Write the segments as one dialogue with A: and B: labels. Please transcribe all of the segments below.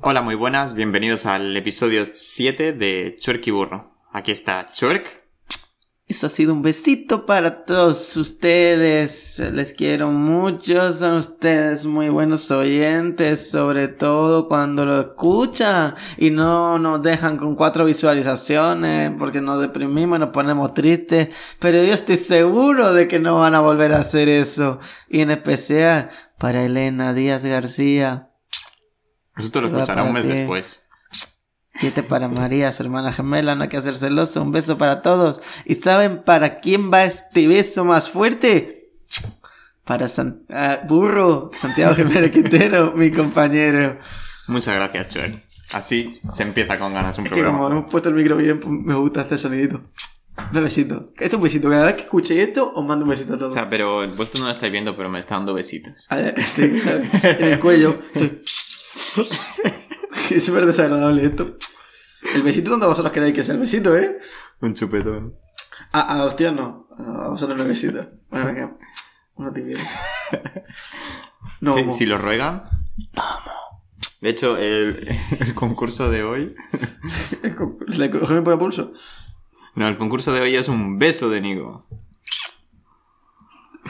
A: Hola, muy buenas, bienvenidos al episodio 7 de Chuerk y Burro. Aquí está Chuerk.
B: Eso ha sido un besito para todos ustedes. Les quiero mucho. Son ustedes muy buenos oyentes, sobre todo cuando lo escuchan y no nos dejan con cuatro visualizaciones porque nos deprimimos y nos ponemos tristes. Pero yo estoy seguro de que no van a volver a hacer eso. Y en especial para Elena Díaz García.
A: Nosotros lo
B: Va
A: escuchará un
B: para
A: mes
B: ti.
A: después.
B: Y este para María, su hermana gemela, no hay que hacer celoso. Un beso para todos. ¿Y saben para quién va este beso más fuerte? Para San- ah, Burro, Santiago Jiménez Quintero, mi compañero.
A: Muchas gracias, Chuerk. Así se empieza con ganas un
B: Es que como
A: programa.
B: hemos puesto el micro bien, pues me gusta este sonidito. De besito. Esto es un besito. Cada vez que escuché esto, os mando un besito a
A: O
B: todos.
A: sea, pero vosotros no lo estáis viendo, pero me está dando besitos.
B: A ver, sí, en el cuello. Estoy- es súper desagradable esto. El besito donde vosotros queráis que sea el besito, ¿eh?
A: Un chupetón.
B: Ah, a los tíos no. A vosotros no necesito. Bueno, venga. Uno te quiero. No,
A: si,
B: mo-
A: si lo ruegan. De hecho, el, el concurso de hoy.
B: el co- le cogí por el pulso.
A: No, el concurso de hoy es un beso de Nigo.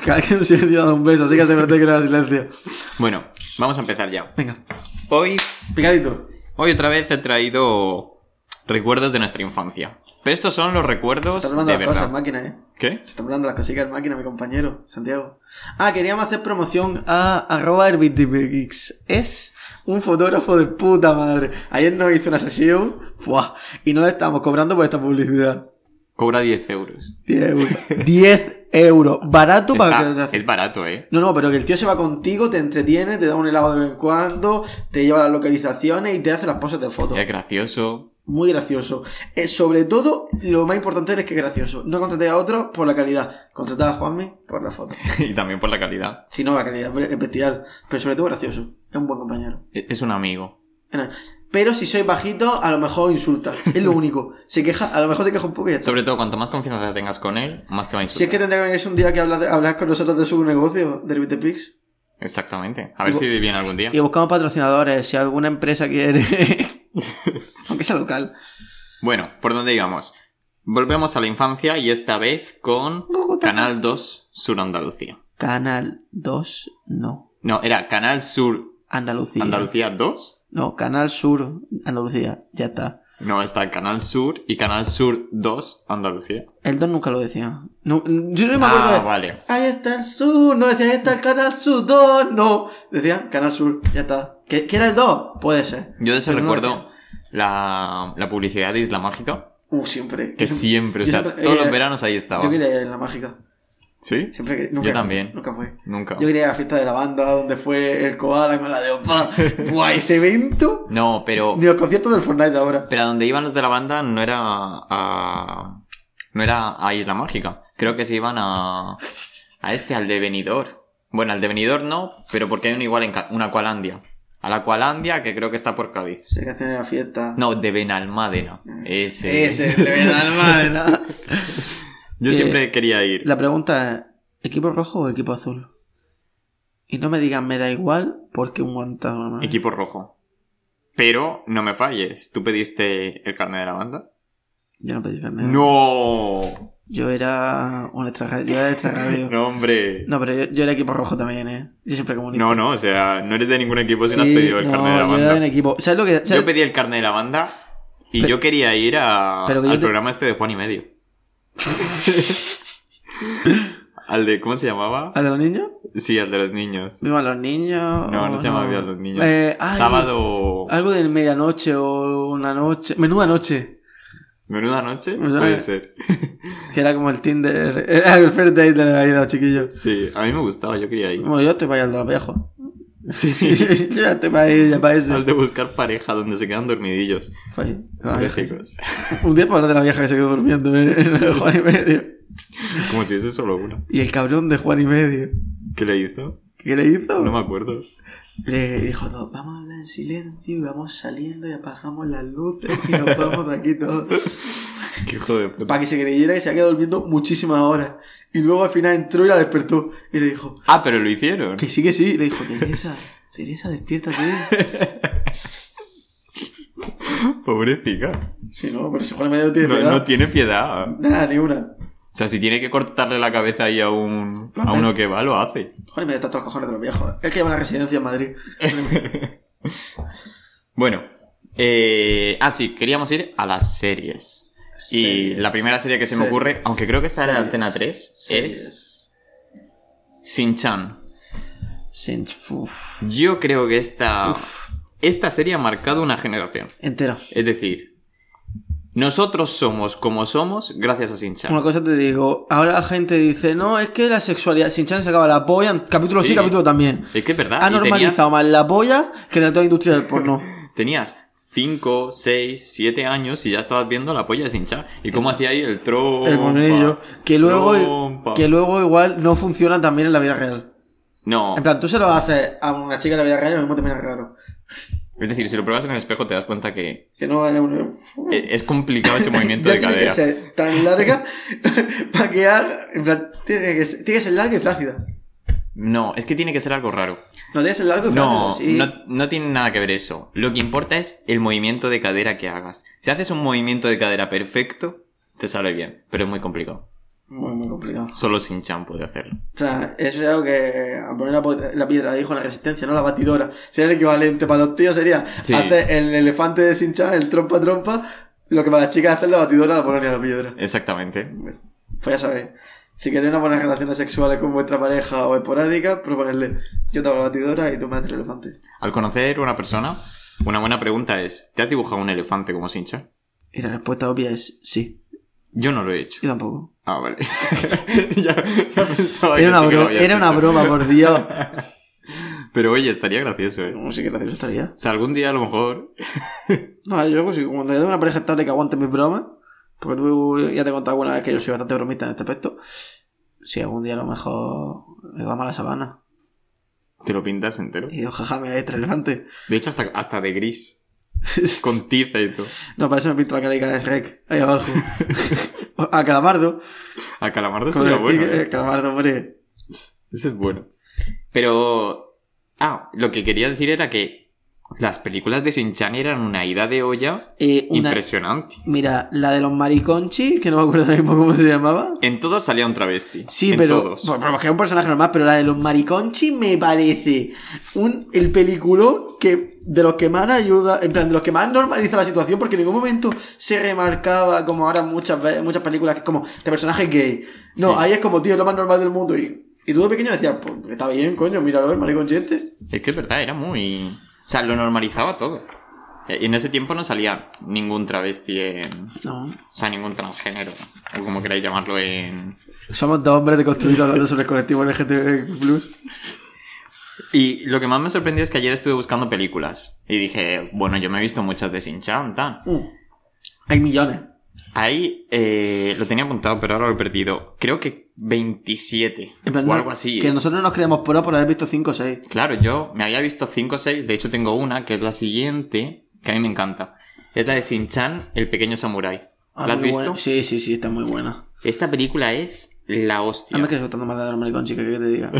B: Cada quien se ha dado un beso, así que asegúrate que no haga silencio.
A: Bueno, vamos a empezar ya.
B: Venga,
A: Hoy
B: picadito.
A: Hoy otra vez he traído recuerdos de nuestra infancia. Pero estos son los
B: Se está
A: recuerdos
B: hablando
A: de
B: las cosas,
A: verdad.
B: máquina, eh.
A: ¿Qué?
B: Se está hablando las cositas, máquina, mi compañero, Santiago. Ah, queríamos hacer promoción a arroba Geeks. Es un fotógrafo de puta madre. Ayer nos hizo una sesión, ¡buah! Y no le estamos cobrando por esta publicidad.
A: Cobra 10 euros.
B: 10 euros. 10 euros. Barato para que
A: Está- es barato, ¿eh?
B: No, no, pero que el tío se va contigo, te entretiene, te da un helado de vez en cuando, te lleva a las localizaciones y te hace las poses de fotos.
A: Es gracioso.
B: Muy gracioso. Eh, sobre todo, lo más importante es que es gracioso. No contraté a otro por la calidad, contraté a Juanmi por la foto.
A: y también por la calidad.
B: Si no, la calidad es bestial, pero sobre todo gracioso. Es un buen compañero.
A: E- Es un amigo.
B: Bueno, Pero si sois bajito, a lo mejor insulta. Es lo único. Se queja, a lo mejor se queja un poco y ya está.
A: Sobre todo, cuanto más confianza tengas con él, más te va a
B: Si es que
A: insultar.
B: tendría que venirse un día que hablas, hablas con nosotros de su negocio, de Pix.
A: Exactamente. A ver
B: Y-
A: si viene algún día.
B: Y buscamos patrocinadores, si alguna empresa quiere. Aunque sea local.
A: Bueno, ¿por dónde íbamos? Volvemos a la infancia y esta vez con
B: Cúcuta.
A: Canal 2 Sur Andalucía.
B: Canal 2, no.
A: No, era Canal Sur
B: Andalucía.
A: Andalucía 2.
B: No, Canal Sur, Andalucía. Ya está.
A: No, está Canal Sur y Canal Sur 2 Andalucía.
B: El 2 nunca lo decía. No, yo no me acuerdo.
A: Ah,
B: de-
A: vale.
B: Ahí está el sur, no decía ahí está el Canal Sur 2, no. Decían Canal Sur, ya está. ¿Qué, qué era el 2? Puede ser.
A: Yo de eso
B: Pero no
A: recuerdo
B: decía.
A: la, la publicidad de Isla Mágica,
B: Uh, siempre.
A: que
B: Yo
A: siempre, o
B: yo
A: sea,
B: siempre-
A: todos
B: eh,
A: los veranos ahí estaba.
B: Yo quería ir en la mágica.
A: ¿Sí?
B: Siempre que. Nunca,
A: Yo también.
B: Nunca fue.
A: Nunca.
B: Yo quería ir a la fiesta de la banda, donde fue el koala con la de Opa. Buah, ese evento.
A: No, pero,
B: Ni los conciertos del Fortnite de ahora.
A: pero a donde iban los de la banda no era a, no era a Isla Mágica. Creo que se iban a, a este, al devenidor. Bueno, al devenidor no, pero porque hay un igual en Ca- una Aqualandia. A la Aqualandia, que creo que está por Cádiz.
B: Se que hacen en la fiesta.
A: No, de Benalmádena. Ese.
B: Ese, le voy a dar madre, nada.
A: Yo
B: Eh,
A: siempre quería ir.
B: La pregunta es: ¿equipo rojo o equipo azul? Y no me digan, me da igual, porque un guantazo. ¿no?
A: Equipo rojo. Pero no me falles. ¿Tú pediste el carnet de la banda?
B: Yo no pedí carnet.
A: ¡No!
B: Yo era un extra, yo era extra radio.
A: No, hombre.
B: No, pero yo, yo era equipo rojo también, ¿eh? Yo siempre comunico.
A: No, no, o sea, no eres de ningún equipo si
B: Sí,
A: no has pedido el
B: no,
A: carnet de la
B: yo era de un
A: banda.
B: equipo. ¿Sabes lo que.?
A: Yo
B: sabes-
A: pedí el carnet de la banda y
B: Pero-
A: yo quería ir a,
B: pero
A: al
B: que yo te-
A: programa este de Juan y Medio. al de, ¿cómo se llamaba?
B: ¿A los niños?
A: Sí, al de los niños.
B: ¿Vivan los niños?
A: No, no
B: o
A: se llamaba Viva los niños.
B: Eh, ay,
A: Sábado.
B: Algo de medianoche o una noche. Menuda noche.
A: Menuda noche,
B: Me suena-
A: puede ser.
B: Que era como el Tinder. Era el first date de la vida, chiquillos.
A: Sí, a mí me gustaba, yo quería ir.
B: Bueno, yo estoy para ir al de los viejos.
A: Sí.
B: yo ya estoy para ir ya para eso.
A: Al de buscar pareja donde se quedan dormidillos.
B: Para ir a la vieja.
A: Viejicos.
B: Un día para hablar de la vieja que se quedó durmiendo en el Juan y medio.
A: Como si ese solo uno.
B: Y el cabrón de Juan y medio.
A: ¿Qué le hizo?
B: ¿Qué le hizo?
A: No me acuerdo.
B: Le dijo todo, vamos a hablar en silencio y vamos saliendo y apagamos las luces y nos vamos de aquí todos.
A: Qué hijo de puta.
B: Para que se creyera que se ha quedado durmiendo muchísimas horas. Y luego al final entró y la despertó. Y le dijo,
A: Ah, pero lo hicieron.
B: que sí, que sí. Y le dijo, Teresa, Teresa, despiértate.
A: Pobrecita.
B: Sí, no, pero si Juana Medio tiene
A: No,
B: piedad.
A: no tiene piedad. O
B: Nada, ni una.
A: sea, si tiene que cortarle la cabeza ahí a un
B: Lo
A: a
B: hace.
A: uno que va, lo hace.
B: Juana Medio está todos los cojones de los viejos. eh. Es que lleva la residencia en Madrid.
A: Bueno. Eh, ah, sí, queríamos ir a las series. Y
B: Series.
A: la primera serie que se me
B: Series.
A: ocurre, aunque creo que está en
B: Series.
A: Antena 3,
B: Series.
A: Shin-Chan.
B: Sin... Uf.
A: Yo creo que esta,
B: Uf.
A: esta serie ha marcado una generación.
B: Entero.
A: Es decir, nosotros somos como somos gracias a Shin-Chan.
B: Una cosa te digo, ahora la gente dice, no, es que la sexualidad sin chance se acaba la polla, en capítulo sí,
A: Sí.
B: capítulo también.
A: Es que es verdad. y
B: Ha
A: tenías-
B: normalizado más la polla que en toda la industria del porno.
A: Tenías 5, 6, 7 años y ya estabas viendo la polla de Shin-Chan. ¿Y cómo hacía ahí el trompa?
B: el monillo. Que luego,
A: trompa.
B: que luego igual no funciona también en la vida real.
A: No.
B: En plan, tú se lo haces a una chica en la vida real y lo mismo termina raro.
A: Es decir, si lo pruebas en el espejo te das cuenta que
B: Que no es un...
A: e- es complicado ese movimiento de
B: Ya tiene que
A: cadera.
B: ser tan larga para quedar... En plan, tiene que, ser, tiene que ser larga y flácida.
A: No, es que tiene que ser algo raro.
B: No, tiene que ser largo y flácido.
A: No,
B: sí.
A: no, no tiene nada que ver eso. Lo que importa es el movimiento de cadera que hagas. Si haces un movimiento de cadera perfecto, te sale bien, pero es muy complicado.
B: Muy, muy complicado.
A: Solo sin chan puede hacerlo.
B: O sea, eso es algo que a poner la, po- la piedra dijo la resistencia, ¿no? La batidora. Sería el equivalente para los tíos, sería
A: Sí.
B: hacer el elefante de Sinchan, el trompa trompa, lo que para las chicas hacer la batidora, la poner la piedra.
A: Exactamente.
B: Pues ya sabéis. Si queréis unas buenas relaciones sexuales con vuestra pareja o esporádica, proponerle yo te hago la batidora y tú me haces el elefante.
A: Al conocer una persona, una buena pregunta es, ¿te has dibujado un elefante como sin chan?
B: Y la respuesta obvia es sí.
A: Yo no lo he hecho.
B: Yo tampoco.
A: Ah, vale. ya, ya pensaba
B: Era
A: que
B: una,
A: sí que lo
B: bro-
A: habías
B: era una
A: hecho.
B: broma, por Dios.
A: Pero oye, estaría gracioso, ¿eh?
B: No sé qué gracioso estaría.
A: O sea, algún día a lo mejor...
B: No, yo pues, cuando yo tengo una pareja estable que aguante mis bromas, porque tú ya te he contado alguna vez que yo soy bastante bromista en este aspecto, si algún día a lo mejor me va a la sabana
A: Te lo pintas entero.
B: y digo, jaja, mira, este relevante.
A: De hecho, hasta, hasta de gris. Con tiza y todo.
B: No, para eso me pinto la carica de Rec, ahí abajo. a Calamardo.
A: A Calamardo
B: con
A: sería
B: el
A: bueno.
B: tigre,
A: ¿eh?
B: Calamardo, hombre.
A: Ese es bueno. Pero. Ah, lo que quería decir era que las películas de Shin-Chan eran una ida de olla
B: Eh, una-
A: impresionante.
B: Mira, la de los mariconchi, que no me acuerdo ahora mismo cómo se llamaba.
A: En todos salía un travesti.
B: Sí,
A: en
B: pero.
A: todos.
B: Bueno, pero es que es un personaje normal, pero la de los mariconchi me parece un, el peliculón que de los que más ayuda, en plan, de los que más normaliza la situación, porque en ningún momento se remarcaba, como ahora muchas ve- muchas películas, que es como, de personaje gay. No,
A: Sí.
B: ahí es como, tío, es lo más normal del mundo. Y, y tú de pequeño decías, pues está bien, coño, míralo, el mariconchi este.
A: Es que es verdad, era muy. O sea, lo normalizaba todo. Eh, En ese tiempo no salía ningún travesti en.
B: No.
A: O sea, ningún transgénero. O como queráis llamarlo en.
B: Somos dos hombres de construido hablando sobre el colectivo LGTB Plus.
A: Y lo que más me sorprendió es que ayer estuve buscando películas. Y dije, bueno, yo me he visto muchas de Shin-Chan, tan.
B: Mm. Hay millones.
A: Ahí eh, lo tenía apuntado, pero ahora lo he perdido. Creo que 27
B: En plan,
A: o
B: no-
A: algo así. ¿eh?
B: Que nosotros nos creemos pro por haber visto 5 o 6.
A: Claro, yo me había visto 5 o 6. De hecho, tengo una que es la siguiente, que a mí me encanta. Es la de Shin-Chan, El Pequeño Samurai.
B: Ah,
A: ¿La has
B: muy
A: visto?
B: buena. Sí, sí, sí, está muy buena.
A: Esta película es la hostia.
B: A mí me quedas gustando más la de los maricón, chica, que te diga.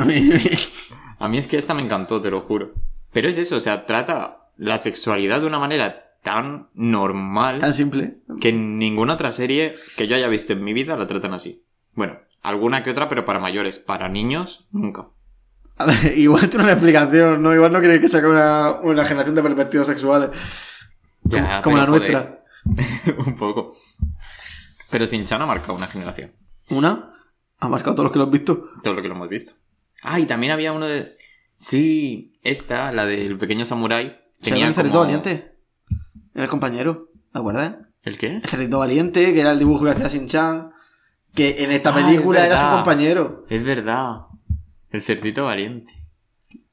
B: A mí.
A: A mí es que esta me encantó, te lo juro. Pero es eso, o sea, trata la sexualidad de una manera tan normal
B: Tan simple.
A: que en ninguna otra serie que yo haya visto en mi vida la tratan así. Bueno, alguna que otra, pero para mayores. Para niños, nunca.
B: A ver, igual tiene una explicación, ¿no? Igual no queréis que saque una, una generación de perspectivas sexuales.
A: Ya,
B: como como la
A: pero, joder,
B: nuestra.
A: un poco. Pero Sinchan ha marcado una generación.
B: Una. Ha marcado todos los que lo han visto.
A: Todo lo que lo hemos visto. Ah, y también había uno de. Sí, esta, la del pequeño samurái.
B: Se llama
A: Tenía
B: el cerrito
A: como...
B: valiente. Era el compañero. ¿Te acuerdas?
A: ¿El qué?
B: El cerrito valiente, que era el dibujo que hacía Shin-Chan. Que en esta
A: Ah, es
B: película era su
A: verdad.
B: compañero.
A: Es verdad. El cerdito valiente.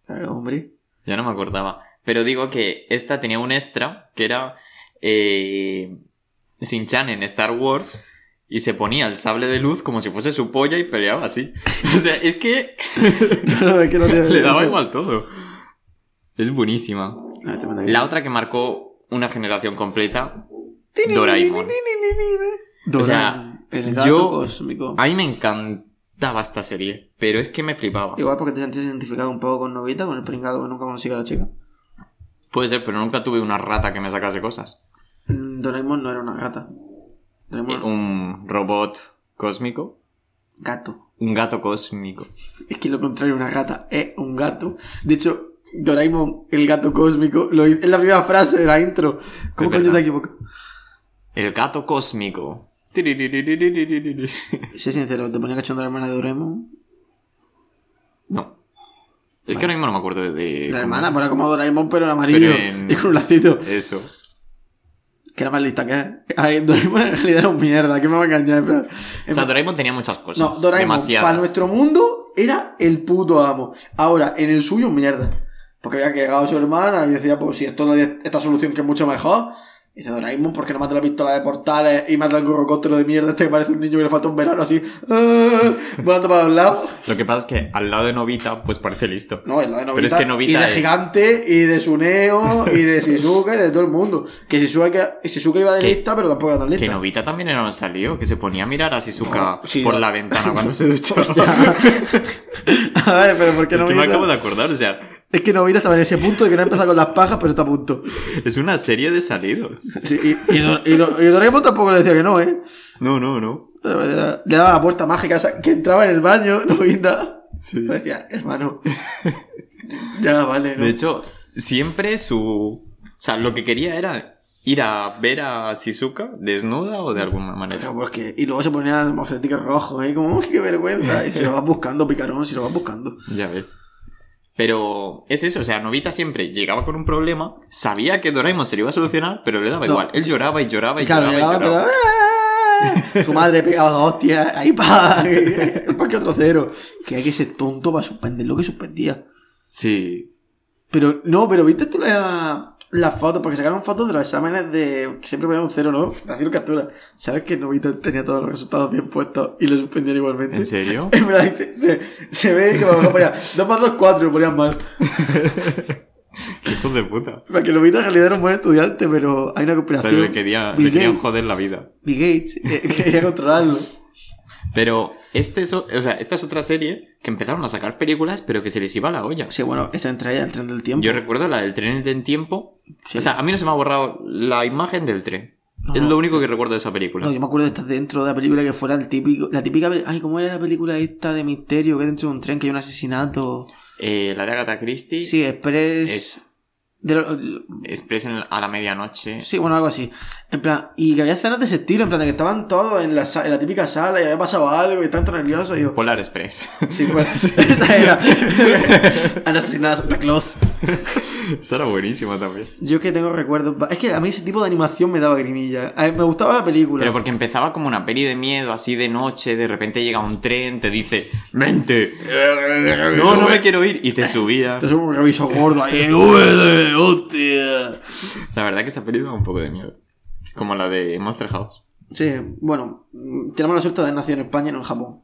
B: Claro, hombre.
A: Ya no me acordaba. Pero digo que esta tenía un extra que era. Eh, Sinchan en Star Wars. Y se ponía el sable de luz como si fuese su polla y peleaba así. O sea, es que
B: No, no, es que no tiene-
A: le daba igual todo. Es buenísima.
B: Ah, este me da
A: La
B: igual.
A: otra que marcó una generación completa, Doraemon.
B: Doraemon,
A: o sea,
B: el gato
A: yo-
B: cósmico.
A: A mí me encantaba esta serie, pero es que me flipaba.
B: Igual porque te sientes identificado un poco con Novita, con el pringado que nunca consigue a la chica.
A: Puede ser, pero nunca tuve una rata que me sacase cosas.
B: Mm, Doraemon no era una gata. Doraemon
A: Eh,
B: era un
A: Un robot cósmico.
B: gato.
A: Un gato cósmico.
B: Es que lo contrario, una gata es un gato. De hecho, Doraemon, el gato cósmico, lo, es la primera frase de la intro. ¿Cómo
A: Es
B: coño
A: verdad.
B: te equivocas?
A: El gato cósmico.
B: Sé sincero, ¿te ponía cachondo la hermana de Doraemon?
A: No. Es que ahora mismo no me acuerdo de... de-
B: la hermana, pues, pone como Doraemon, pero en amarillo.
A: Eh, Pero en-
B: Y con un lacito.
A: Eso.
B: Que era más lista que es. Ay, Doraemon en realidad era un mierda, que me va a engañar. en plan- en
A: O sea,
B: plan-
A: Doraemon tenía muchas cosas.
B: no, Doraemon,
A: Demasiadas.
B: para nuestro mundo, era el puto amo. Ahora, en el suyo, mierda. Porque había que llegado su hermana y decía, pues si esto no es- esta solución que es mucho mejor. Y dice Doraemon, ¿por qué no mata la pistola de portales y mata el gorrocótero de mierda este que parece un niño que le falta un verano así? ah, volando para los lados.
A: Lo que pasa es que al lado de Novita, pues parece listo.
B: No, es la de Novita.
A: Pero es que Novita
B: y de
A: es-
B: Gigante, y de Suneo, y de Shizuka, y de todo el mundo. Que Shizuka, Shizuka iba de
A: Que-
B: lista, pero tampoco era tan lista.
A: Que Novita también era un salido, que se ponía a mirar a Shizuka
B: No, sí,
A: por
B: no.
A: la ventana cuando se duchaba.
B: A ver, pero ¿por qué
A: es que me
B: Novita?
A: acabo de acordar, o sea,
B: Es que Novita estaba en ese punto de que no ha empezado con las pajas, pero está a punto.
A: es una serie de salidos.
B: Sí, y, y, Dor- y Dor- y Doraemon tampoco le decía que no, ¿eh?
A: No, no, no.
B: Le daba la puerta mágica esa que entraba en el baño, Novita.
A: Sí.
B: Le decía, hermano. ya, vale, ¿no?
A: De hecho, siempre su... O sea, lo que quería era ir a ver a Shizuka desnuda o de alguna manera.
B: Pero porque- y luego se ponía el mofletica rojo, ¿eh? Como, "Uy, qué vergüenza. Y se lo vas buscando, picarón, se lo vas buscando.
A: Ya ves. Pero es eso, o sea, Novita siempre llegaba con un problema, sabía que Doraemon se lo iba a solucionar, pero le daba
B: No.
A: igual. Él lloraba y lloraba y
B: Y claro,
A: lloraba
B: llegaba,
A: y lloraba.
B: pero... ¡ah! Su madre pegaba dos hostias, ahí pa, porque otro cero. Que hay que ser tonto para suspender lo que suspendía.
A: Sí.
B: Pero, no, pero viste tú la- las fotos, porque sacaron fotos de los exámenes de. que siempre ponían un cero, ¿no? Haciendo captura. ¿Sabes que Novita tenía todos los resultados bien puestos y lo suspendían igualmente?
A: ¿En serio?
B: En verdad, se, se- se ve que a lo mejor ponía 2 más 2, 4 y lo ponían mal.
A: Qué Hijos de puta.
B: Porque Novita en realidad era un buen estudiante, pero hay una conspiración.
A: Pero le quería,
B: Bill
A: le querían
B: Gates.
A: joder la vida.
B: Bill Gates eh, quería controlarlo.
A: Pero este es o- o sea, esta es otra serie que empezaron a sacar películas, pero que se les iba la olla.
B: Sí, bueno, esta entra ya el tren del tiempo.
A: Yo recuerdo la del tren en tiempo.
B: Sí.
A: O sea, a mí no se me ha borrado la imagen del tren.
B: No,
A: es
B: no.
A: lo único que recuerdo de esa película.
B: No, yo me acuerdo de estar dentro de la película que fuera el típico. La típica. pe- Ay, ¿cómo era la película esta de misterio? Que dentro de un tren que hay un asesinato.
A: Eh, la de Agatha Christie
B: Sí, Express.
A: es
B: de lo-
A: Express en- a la medianoche.
B: sí, bueno, algo así. En plan, y que había escenas de ese estilo, en plan, de que estaban todos en la, sa- en la típica sala y había pasado algo y estaban todos nerviosos. Y yo,
A: Polar Express.
B: sí, pues, esa era. Han asesinado a Santa Claus.
A: Esa era buenísima también.
B: Yo es que tengo recuerdos. va- Es que a mí ese tipo de animación me daba grimilla. A mí me gustaba la película.
A: Pero porque empezaba como una peli de miedo, así de noche, de repente llega un tren, te dice, mente, no, no me quiero ir, y te subía.
B: Entonces un reviso gordo ahí. "Uy, ¡Hostia!
A: La verdad que esa peli da un poco de miedo. Como la de Monster House.
B: Sí, bueno, mm, tenemos la suerte de haber nacido en España y no en Japón.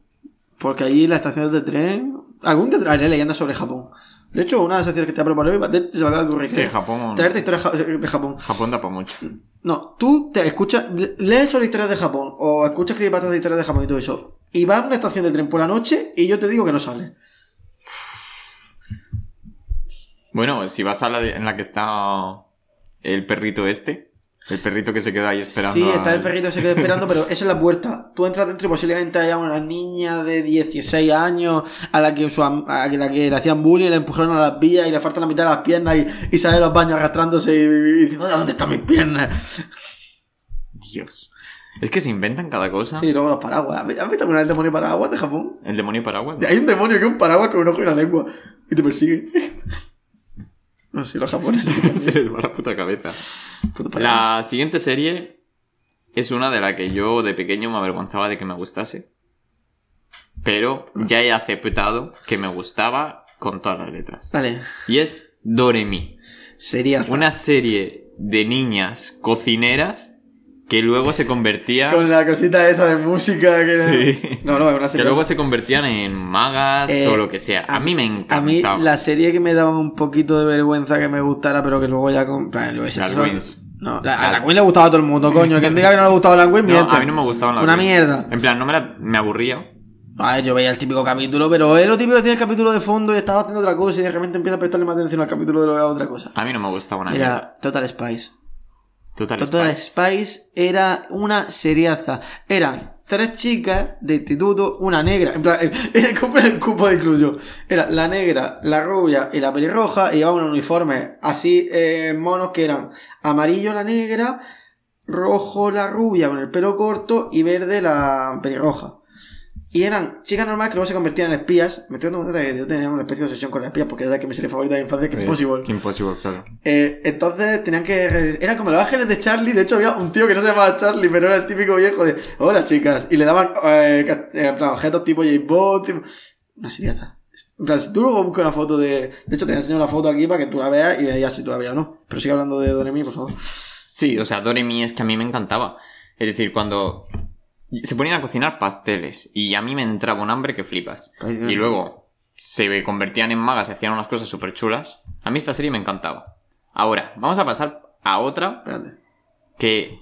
B: Porque allí las estaciones de tren. Algún día traeré leyendas sobre Japón. De hecho, una de las secciones que te ha preparado hoy va- de- se va a quedar ocurrir.
A: Es que Japón,
B: Traerte historias ja- de Japón.
A: Japón da para mucho.
B: No, tú te escuchas, le- lees sobre historias de Japón o escuchas creepypastas de historias de Japón y todo eso. Y vas a una estación de tren por la noche y yo te digo que no sale.
A: Bueno, si vas a la de- en la que está el perrito este, el perrito que se queda ahí esperando.
B: Sí, está
A: al-
B: el perrito se queda esperando, pero esa es la puerta. Tú entras dentro y posiblemente haya una niña de 16 años a la que, su am- a la que le hacían bullying, le empujaron a las vías y le falta la mitad de las piernas y, y sale de los baños arrastrándose y, y diciendo ¿dónde están mis piernas?
A: Dios. Es que se inventan cada cosa.
B: Sí, y luego los paraguas. ¿Has has visto alguna vez el demonio paraguas de Japón?
A: El demonio paraguas.
B: Hay un demonio que es un paraguas con un ojo y una lengua y te persigue. No sé, los japoneses.
A: se les va la puta cabeza.
B: Puto paraguas.
A: La siguiente serie es una de la que yo de pequeño me avergonzaba de que me gustase. Pero ya he aceptado que me gustaba con todas las letras.
B: Vale,
A: Y es Doremi.
B: sería...
A: Una serie de niñas cocineras que luego se convertían.
B: Con la cosita esa de música que... era-
A: Sí.
B: No, no, es una
A: Que
B: serie...
A: luego se convertían en magas
B: Eh,
A: o lo que sea. A mí me
B: A mí,
A: encantaba.
B: la serie que me daba un poquito de vergüenza que me gustara, pero que luego ya. Con... plan, lo ves,
A: Las
B: esto-
A: Wings. Ah.
B: No, la- a la Queen le gustaba a todo el mundo, coño. Quien diga que no le gustaba la Queen,
A: No,
B: miente.
A: a mí no me gustaban las
B: Una
A: Wings.
B: mierda.
A: En plan, no me, la- me aburría.
B: Ay, yo veía el típico capítulo, pero es lo típico que tiene el capítulo de fondo y estaba haciendo otra cosa y de repente empieza a prestarle más atención al capítulo de lo que a otra cosa.
A: A mí no me gustaba una mierda.
B: Mira, Total Spice.
A: Total,
B: Total
A: Spice.
B: Spice era una seriaza. Eran tres chicas de instituto, una negra. En plan, era como el cupo de inclusión. Era la negra, la rubia y la pelirroja. Y llevaban un uniforme así, eh, monos que eran amarillo la negra, rojo la rubia con el pelo corto y verde la pelirroja. Y eran chicas normales que luego se convertían en espías. Me estoy dando cuenta de que yo tenía una especie de obsesión con las espías porque es la que mi serie favorita de la infancia, que es Impossible.
A: Es Impossible, claro.
B: Eh, entonces tenían que. re- Era como los ángeles de Charlie. De hecho, había un tío que no se llamaba Charlie, pero era el típico viejo de. Hola, chicas. Y le daban eh, ca- eh, en plan, objetos tipo J. Bond. Tipo... Una seriaza. En plan, si tú luego buscas una foto de. De hecho, te enseño la foto aquí para que tú la veas y me digas si tú la veas o no. Pero sigue hablando de Doremi, por favor.
A: Sí, o sea, Doremi es que a mí me encantaba. Es decir, cuando se ponían a cocinar pasteles y a mí me entraba un hambre que flipas. Y
B: Mm.
A: luego se convertían en magas y hacían unas cosas súper chulas. A mí esta serie me encantaba. Ahora, vamos a pasar a otra
B: Espérate.
A: que...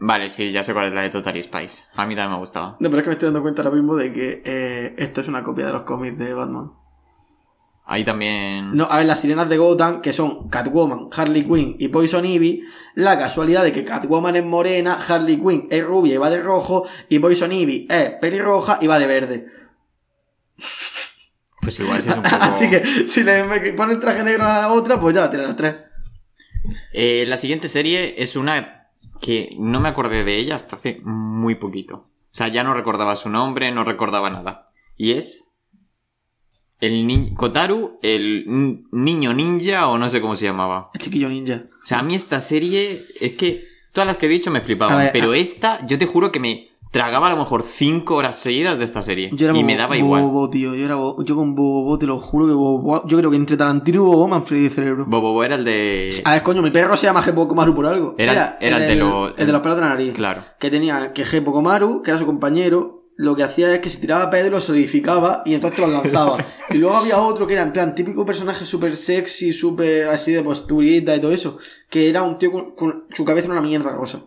A: Vale, sí, ya sé cuál es la de Total Spice. A mí también me gustaba.
B: No, pero es que me estoy dando cuenta ahora mismo de que eh, esto es una copia de los cómics de Batman.
A: Ahí también...
B: No, a ver, las sirenas de Gotham, que son Catwoman, Harley Quinn y Poison Ivy, la casualidad de que Catwoman es morena, Harley Quinn es rubia y va de rojo, y Poison Ivy es pelirroja y va de verde.
A: Pues igual sí es un poco...
B: Así que si le me- ponen traje negro a la otra, pues ya tiene las tres.
A: Eh, la siguiente serie es una que no me acordé de ella hasta hace muy poquito. O sea, ya no recordaba su nombre, no recordaba nada. Y es. El ni- Kotaru, el n- niño ninja o no sé cómo se llamaba.
B: El chiquillo ninja.
A: O sea, a mí esta serie es que todas las que he dicho me flipaban,
B: A ver,
A: pero esta yo te juro que me tragaba a lo mejor 5 horas seguidas de esta serie
B: Yo era
A: y
B: bo-
A: me daba igual.
B: Bobo, tío. Yo, era bo- yo con Bobo, te lo juro que Bobo. Yo creo que entre Tarantino y Bobo me han frío el cerebro.
A: Bobo era el de
B: A ver, coño, mi perro se llama Poco Maru por algo.
A: Era- era el de
B: del-
A: los-
B: el de los pelos de la nariz.
A: claro.
B: que tenía que G Pocomaru, que era su compañero, lo que hacía es que se tiraba pedo y lo solidificaba y entonces te lo lanzaba. y luego había otro que era en plan típico personaje súper sexy, súper así de posturita y todo eso, que era un tío con, con su cabeza en una mierda rosa.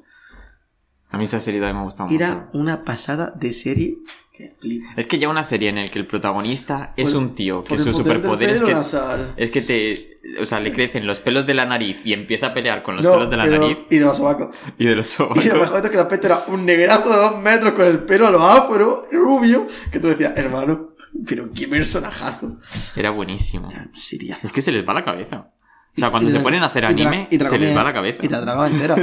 A: A mí esa serie también me gustaba mucho.
B: Era una pasada de serie que flipa.
A: Es que ya una serie en el que el protagonista es
B: Por-
A: un tío que
B: Por el
A: su
B: poder del
A: superpoder es
B: pelo
A: que,
B: nasal.
A: es que te. O sea, le crecen los pelos de la nariz y empieza a pelear con los
B: No,
A: pelos de la
B: pero-
A: nariz
B: Y de los sobacos.
A: y de los ojos.
B: Y lo mejor es que el aspecto era un negrazo de dos metros con el pelo a los afro, rubio, que tú decías, hermano, pero qué personajazo.
A: Era buenísimo.
B: Era un seriazo.
A: Es que se les va la cabeza. O sea, cuando
B: Y
A: se
B: te-
A: ponen a hacer
B: y te la-
A: anime,
B: y te la
A: se les
B: comías.
A: va la cabeza.
B: Y te la tragaba entera.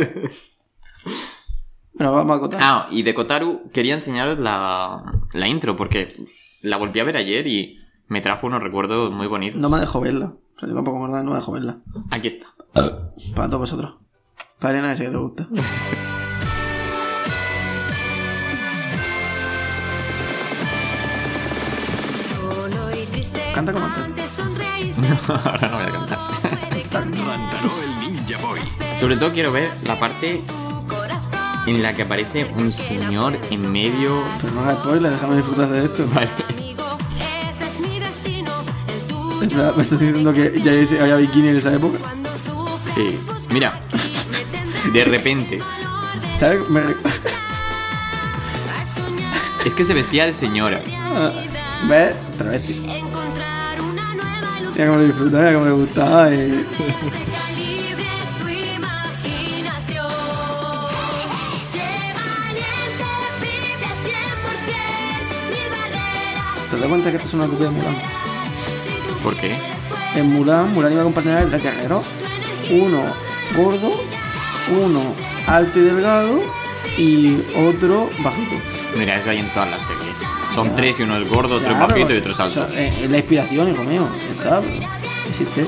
B: bueno, vamos a contar.
A: Ah, y de Kotaru quería enseñaros la, la intro porque la volví a ver ayer y me trajo unos recuerdos muy bonitos.
B: No me dejó verla. O sea, yo tampoco me acordaba, no me dejó verla.
A: Aquí está.
B: Para todos vosotros. Para Elena, que sé que te gusta. Canta como antes.
A: Ahora no voy a cantar.
C: Cantaró el Ninja Boy.
A: Sobre todo quiero ver la parte en la que aparece un señor en medio
B: Pero no hagas spoiler, déjame disfrutar de esto.
A: Vale.
C: Ese es mi destino, el
B: Es
C: tuyo.
B: verdad, me estás diciendo que ya ese- había bikini en esa época.
C: Cuando sufres,
A: Sí. Mira. De repente.
B: ¿Sabes? Me...
C: al soñar,
A: Es que se vestía de señora.
B: ¿Ves? Travesti.
C: encontrar una nueva luz.
B: Mira cómo le disfrutaba, mira cómo le gustaba. eh. Y...
C: Deja libre tu imaginación. Sé valiente, vive al 100%, mil barreras.
B: ¿Te das cuenta que esto es una copia de Mulan?
C: Si tú
A: ¿Por qué?
B: En Mulan, Mulan iba acompañada de tres guerreros. Uno gordo, uno alto y delgado y otro bajito.
A: Mira, eso hay en todas las series. Son tres y uno es gordo, otro es
B: Claro,
A: bajito y otro es
B: o
A: alto.
B: sea, es- es la inspiración, hijo mío. Ya Está, este. existe.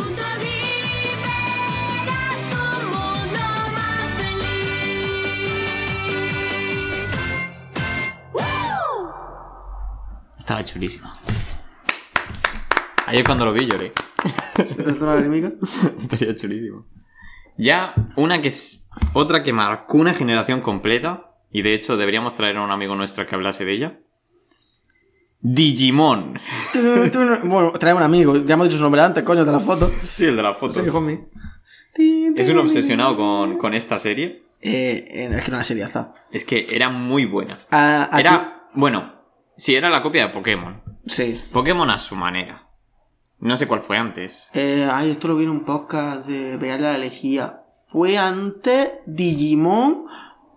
A: Estaba chulísimo. Ayer cuando lo vi lloré.
B: ¿Se te la anímica?
A: Estaría chulísimo. Ya, una que es. Otra que marcó una generación completa. Y de hecho, deberíamos traer a un amigo nuestro que hablase de ella. Digimon.
B: Tú- tú no- Bueno, trae un amigo. Ya hemos dicho su nombre antes, coño, de la foto.
A: Sí, el de las
B: Sí,
A: fotos.
B: hijo mío.
A: Es un obsesionado con, con esta serie.
B: Eh, eh, es que era una seriaza. Ah,
A: Es que era muy buena.
B: A- a ti-
A: Era, bueno, Sí, era la copia de Pokémon.
B: Sí.
A: Pokémon a su manera. No sé cuál fue antes.
B: Eh, ay, esto lo vi en un podcast de Vean la Elegía. Fue antes Digimon,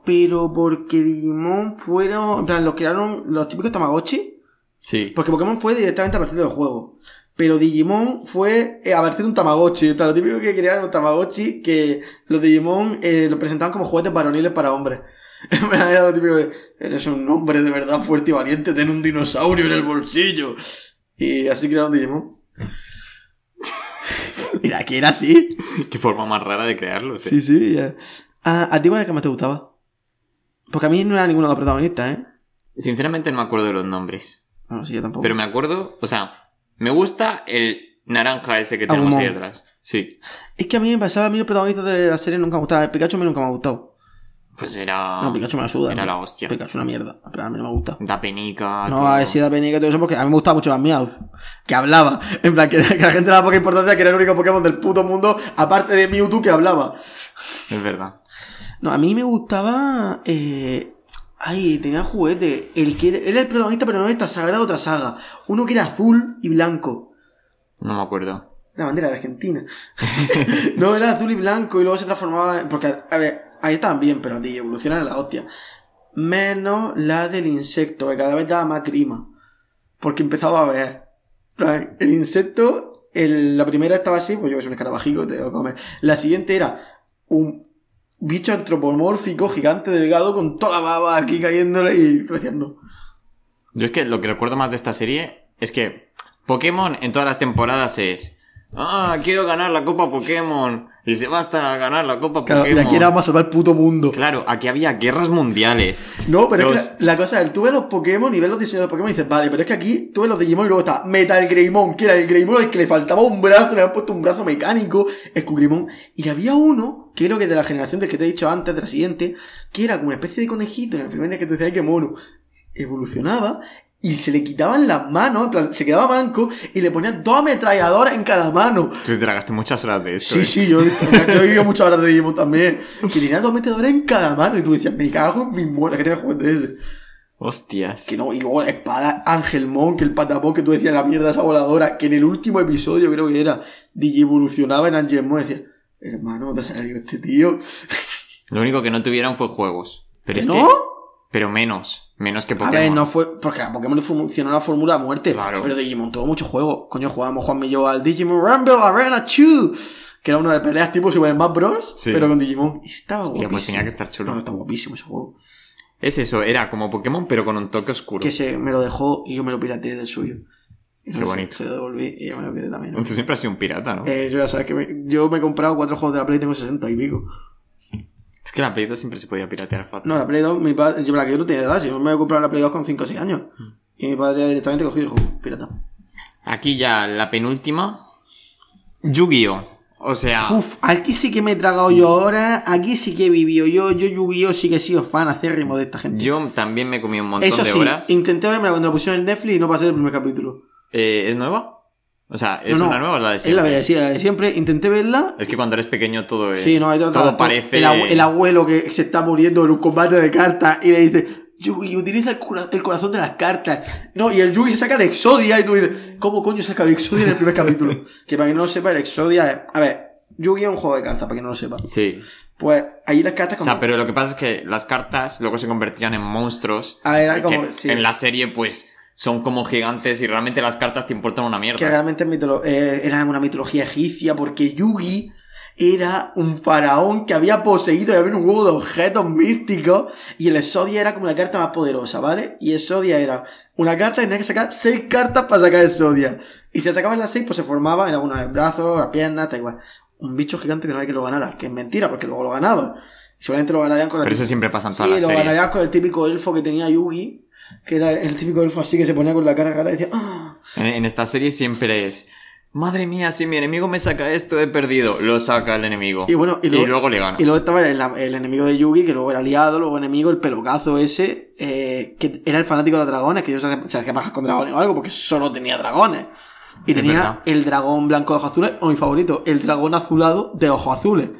B: pero porque Digimon fueron. En plan, lo crearon los típicos Tamagotchi.
A: Sí.
B: Porque Pokémon fue directamente a partir del juego. Pero Digimon fue eh, a partir de un Tamagotchi. En plan, lo típico que crearon un Tamagotchi, que los Digimon eh, lo presentaban como juguetes varoniles para hombres. En plan, era lo típico de. Eres un hombre de verdad fuerte y valiente, ten un dinosaurio en el bolsillo. Y así crearon Digimon. Mira, que era así.
A: Qué forma más rara de crearlo. sí.
B: Sí, sí, ya. Ah, ¿A ti cuál es el que más te gustaba? Porque a mí no era ninguno de los protagonistas, ¿eh?
A: Sinceramente no me acuerdo de los nombres.
B: Bueno, sí, yo tampoco.
A: Pero me acuerdo, o sea, me gusta el naranja ese que tenemos
B: Agumon.
A: ahí atrás. Sí.
B: Es que a mí me pasaba, a mí los protagonistas de la serie nunca me gustaban. El Pikachu a mí nunca me ha gustado.
A: Pues era.
B: no, Pikachu me la suda.
A: Era
B: ¿no?
A: la hostia. Ah,
B: Pikachu es una mierda. Pero a mí no me gusta.
A: Da penica.
B: No,
A: todo.
B: a ver si da penica y todo eso, porque a mí me gustaba mucho más Meowth. Que hablaba. En plan, que, que la gente le daba poca importancia, que era el único Pokémon del puto mundo, aparte de Mewtwo, que hablaba.
A: Es verdad.
B: No, a mí me gustaba. eh, Ay, tenía juguete. El que era, era el protagonista, pero no de esta saga, era de otra saga. Uno que era azul y blanco.
A: No me acuerdo.
B: La bandera de Argentina. no, era azul y blanco y luego se transformaba. en- Porque, a ver, ahí estaban bien, pero tío, evolucionan a la hostia. Menos la del insecto, que cada vez daba más grima. Porque empezaba a ver. En plan, El insecto, el- la primera estaba así, pues yo que soy un escarabajico, te lo comes. La siguiente era un bicho antropomórfico, gigante, delgado, con toda la baba aquí cayéndole y tú decías, no.
A: Yo es que lo que recuerdo más de esta serie es que Pokémon en todas las temporadas es. Ah, quiero ganar la Copa Pokémon. Y se basta ganar la Copa
B: Claro, y
A: Pokémon.
B: aquí era vamos a salvar el puto mundo.
A: Claro, aquí había guerras mundiales.
B: No, pero es
A: Los-
B: que la, la cosa es, tú ves los Pokémon y ves los diseños de Pokémon y dices, vale, pero es que aquí tú ves los Digimon y luego está Metal Greymon, que era el Greymon al que le faltaba un brazo, le han puesto un brazo mecánico, Escugrimon. Y había uno, que creo que de la generación del que te he dicho antes, de la siguiente, que era como una especie de conejito en el primer día que te decía, ay, qué mono. Evolucionaba y se le quitaban las manos, en plan, se quedaba manco y le ponían dos ametralladoras en cada mano.
A: Tú te tragaste muchas horas de esto.
B: Sí,
A: ¿eh?
B: sí, yo, yo he vivido muchas horas de Digimon también. Que tenía dos metedores en cada mano y tú decías, me cago en mi muerte, que tenía el juguete ese.
A: Hostias.
B: Que no, y luego la espada Angelmon, que el patapón que tú decías, la mierda esa voladora, que en el último episodio creo que era, digievolucionaba en Angelmon y decía, hermano, ¿dónde ha salido este tío?
A: Lo único que no tuvieron fue juegos. Pero
B: ¿Que
A: es
B: no?
A: que. Pero menos. Menos que
B: A
A: Pokémon.
B: ver, no fue. Porque a Pokémon le funcionó la fórmula a muerte.
A: Claro.
B: Pero Digimon tuvo muchos juegos. Coño, jugábamos Juanme y yo al Digimon Rumble Arena 2. Que era uno de peleas tipo Super Smash Bros.
A: Sí.
B: Pero con Digimon. Y Estaba
A: Hostia,
B: guapísimo.
A: pues tenía que estar chulo.
B: No, está guapísimo ese juego.
A: Es eso, era como Pokémon, pero con un toque oscuro.
B: Que se me lo dejó y yo me lo pirateé del suyo. Y
A: Qué
B: no sé,
A: bonito.
B: Se lo devolví y yo me lo quedé también.
A: Tú siempre has sido un pirata, ¿no?
B: Eh, yo ya sabes que me- yo me he comprado cuatro juegos de la Play y tengo 60 y pico.
A: Es que la Play 2 siempre se podía piratear fácil.
B: No, la Play 2, mi padre, yo la que yo no tenía edad, si yo me he comprado la Play 2 con 5 o 6 años.
A: Mm.
B: Y mi padre directamente cogió y dijo, pirata.
A: Aquí ya la penúltima. Yu-Gi-Oh! O sea,
B: Uf, aquí sí que me he tragado yo ahora, aquí sí que he vivido yo, yo Yu-Gi-Oh sí que he sido fan acérrimo de esta gente.
A: yo también me comí un montón
B: Eso
A: de
B: sí,
A: horas.
B: intenté verme cuando la pusieron en Netflix y no pasé el primer capítulo.
A: Eh, ¿Es nueva? O sea, ¿es
B: No, no,
A: una nueva o la de
B: Es la
A: siempre?
B: de siempre, la de siempre, intenté verla
A: Es que cuando eres pequeño todo es.
B: Sí, no, hay otra-
A: pues, todo parece.
B: El, abue- el abuelo que se está muriendo en un combate de cartas y le dice, Yugi, utiliza el, cura- el corazón de las cartas. No, y el Yugi se saca el Exodia y tú dices, ¿cómo coño saca el Exodia en el primer capítulo? Que para que no lo sepa, el Exodia es... A ver, Yugi es un juego de cartas, para que no lo sepa.
A: Sí.
B: Pues ahí las cartas
A: O
B: como...
A: sea, pero lo que pasa es que las cartas luego se convertían en monstruos.
B: Ah, era
A: que
B: como- sí.
A: En la serie, pues, son como gigantes y realmente las cartas te importan una mierda.
B: que realmente es mitolo- eh, era una mitología egipcia porque Yugi era un faraón que había poseído y había un juego de objetos místicos y el Exodia era como la carta más poderosa, ¿vale? Y Exodia era una carta y tenía que sacar seis cartas para sacar Exodia. Y si sacaban las seis, pues se formaba, era uno en el brazo, las piernas, tal igual. Un bicho gigante que no hay que lo ganara, que es mentira porque luego lo ganaba. Y seguramente lo ganarían con la
A: Pero eso
B: típica-
A: siempre pasa en
B: Sí,
A: todas las
B: lo
A: series.
B: ganarían con el típico elfo que tenía Yugi, que era el típico elfo así que se ponía con la cara cara y decía ¡Ah!
A: En, en esta serie siempre es. Madre mía, si mi enemigo me saca esto, he perdido. Lo saca el enemigo.
B: Y bueno, y luego-
A: le gana.
B: Y luego estaba el, el enemigo de Yugi, que luego era aliado, luego enemigo, el pelocazo ese, eh, que era el fanático de los dragones, que yo se hacía, se hacía pajas con dragones o algo, porque solo tenía dragones. Y
A: Es
B: tenía
A: verdad.
B: el dragón blanco de ojos azules, o mi favorito, el dragón azulado de ojos azules.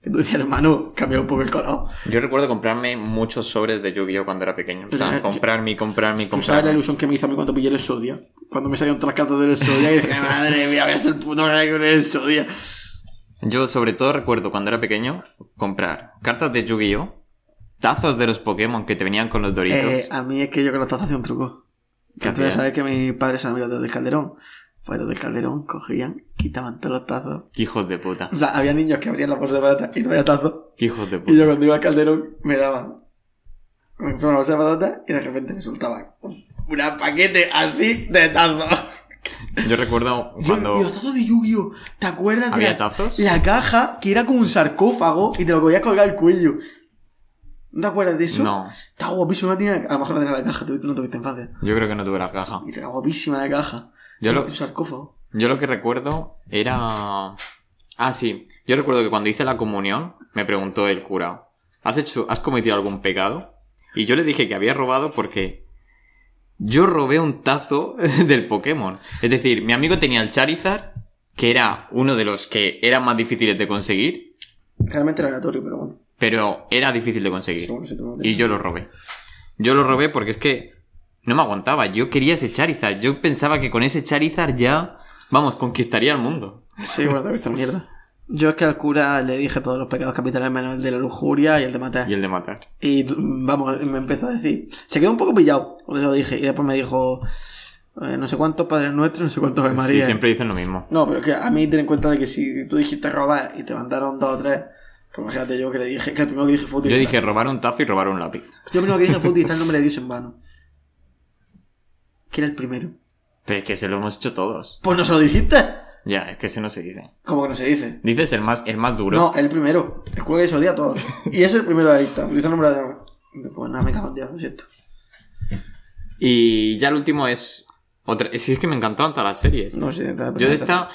B: Que tú dijeras, hermano, cambia un poco el color.
A: Yo recuerdo comprarme muchos sobres de Yu-Gi-Oh cuando era pequeño. O
B: Yo
A: sea,
B: tenía-
A: comprarme, comprarme,
B: ¿Tú sabes la
A: comprarme.
B: ilusión que me hizo a mí cuando pillé el Sodia? Cuando me salieron tres cartas del Sodia y dije, madre mía, voy a ser el puto gallo con el Sodia.
A: Yo sobre todo recuerdo cuando era pequeño comprar cartas de Yu-Gi-Oh, tazos de los Pokémon que te venían con los
B: Eh,
A: Doritos.
B: a mí es que yo con los tazos hacía un truco. Que tú ya
A: Hacías.
B: sabes que mis padres eran amigos de los del Calderón. Pues los del Calderón cogían, quitaban todos los tazos.
A: Qué Hijos de puta.
B: En plan, había niños que abrían la bolsa de patatas y no había tazos.
A: Qué Hijos de
B: Y
A: puta.
B: yo cuando iba al Calderón me daban. Me compraba una bolsa de patatas y de repente me soltaban un- un paquete así de tazos.
A: Yo recuerdo
B: Yo- Y los
A: cuando
B: tazos de Yu-Gi-Oh! ¿Te acuerdas de
A: había
B: la,
A: tazos.
B: la caja que era como un sarcófago y te lo podías colgar al cuello? ¿No te acuerdas de eso?
A: No,
B: Está guapísima la tiene. A lo mejor no tenía la caja, tú tú no tuviste infancia.
A: yo creo que no tuve la caja.
B: Y está guapísima la caja.
A: Yo lo,
B: Un sarcófago.
A: Yo lo que recuerdo era. Ah, sí. Yo recuerdo que cuando hice la comunión, me preguntó el cura: ¿Has hecho, has cometido algún pecado? Y yo le dije que había robado porque. Yo robé un tazo del Pokémon. Es decir, mi amigo tenía el Charizard, que era uno de los que eran más difíciles de conseguir,
B: Realmente era aleatorio, pero bueno.
A: pero era difícil de conseguir.
B: seguro que se te va a
A: Y yo lo robé. Yo lo robé porque es que no me aguantaba. Yo quería ese Charizard. Yo pensaba que con ese Charizard ya, vamos, conquistaría el mundo.
B: Sí, bueno, te he visto mierda. Yo es que al cura le dije todos los pecados capitales, menos el de la lujuria y el de matar.
A: Y el de matar.
B: Y mm, vamos, me empezó a decir. Se quedó un poco pillado, por eso lo dije. Y después me dijo. eh, no sé cuántos padres nuestros, no sé cuántos de Pues María.
A: Sí, siempre dicen lo mismo.
B: No, pero es que a mí ten en cuenta de que si tú dijiste robar y te mandaron dos o tres, pues imagínate yo que le dije. Que el primero que dije fue
A: Yo
B: utilizar.
A: dije robar un tazo y robar un lápiz.
B: Yo primero que dije fue utilizar el nombre de Dios en vano. Que era el primero.
A: Pero es que se lo hemos hecho todos.
B: Pues no se lo dijiste.
A: Ya, es que ese no se dice.
B: Como que no se dice.
A: Dices el más, el más duro.
B: No, el primero. El juego que se odia a todos. Y ese es el primero de la lista. Utiliza el nombre de Dios. Pues nada, me cago en Dios, lo siento.
A: Y ya el último es. Otra... Si es que me encantaban todas las series.
B: No sé.
A: Yo de esta.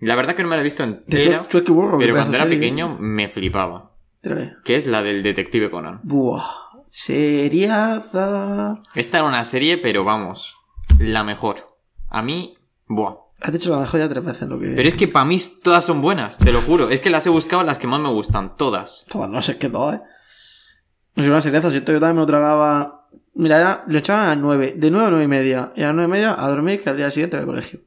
A: La verdad que no me la he visto
B: De
A: entera.
B: hecho, Chucky Burro,
A: Pero
B: que
A: cuando
B: pedazo
A: era
B: de serie.
A: pequeño me flipaba.
B: ¿eh? Tírale.
A: Que es la del detective Conan.
B: Buah. Seriaza.
A: Esta era una serie, pero vamos. La mejor. A mí. Buah.
B: Has dicho la mejor ya tres veces lo que.
A: Pero es que para mí todas son buenas, te lo juro. Es que las he buscado las que más me gustan, todas.
B: Todas, no sé, es que todas, eh. No sé, una seriaza, siento yo también me lo tragaba. Mira, era, lo echaban a las 9, de 9 a 9 y media. Y a las 9 y media a dormir, que al día siguiente al colegio.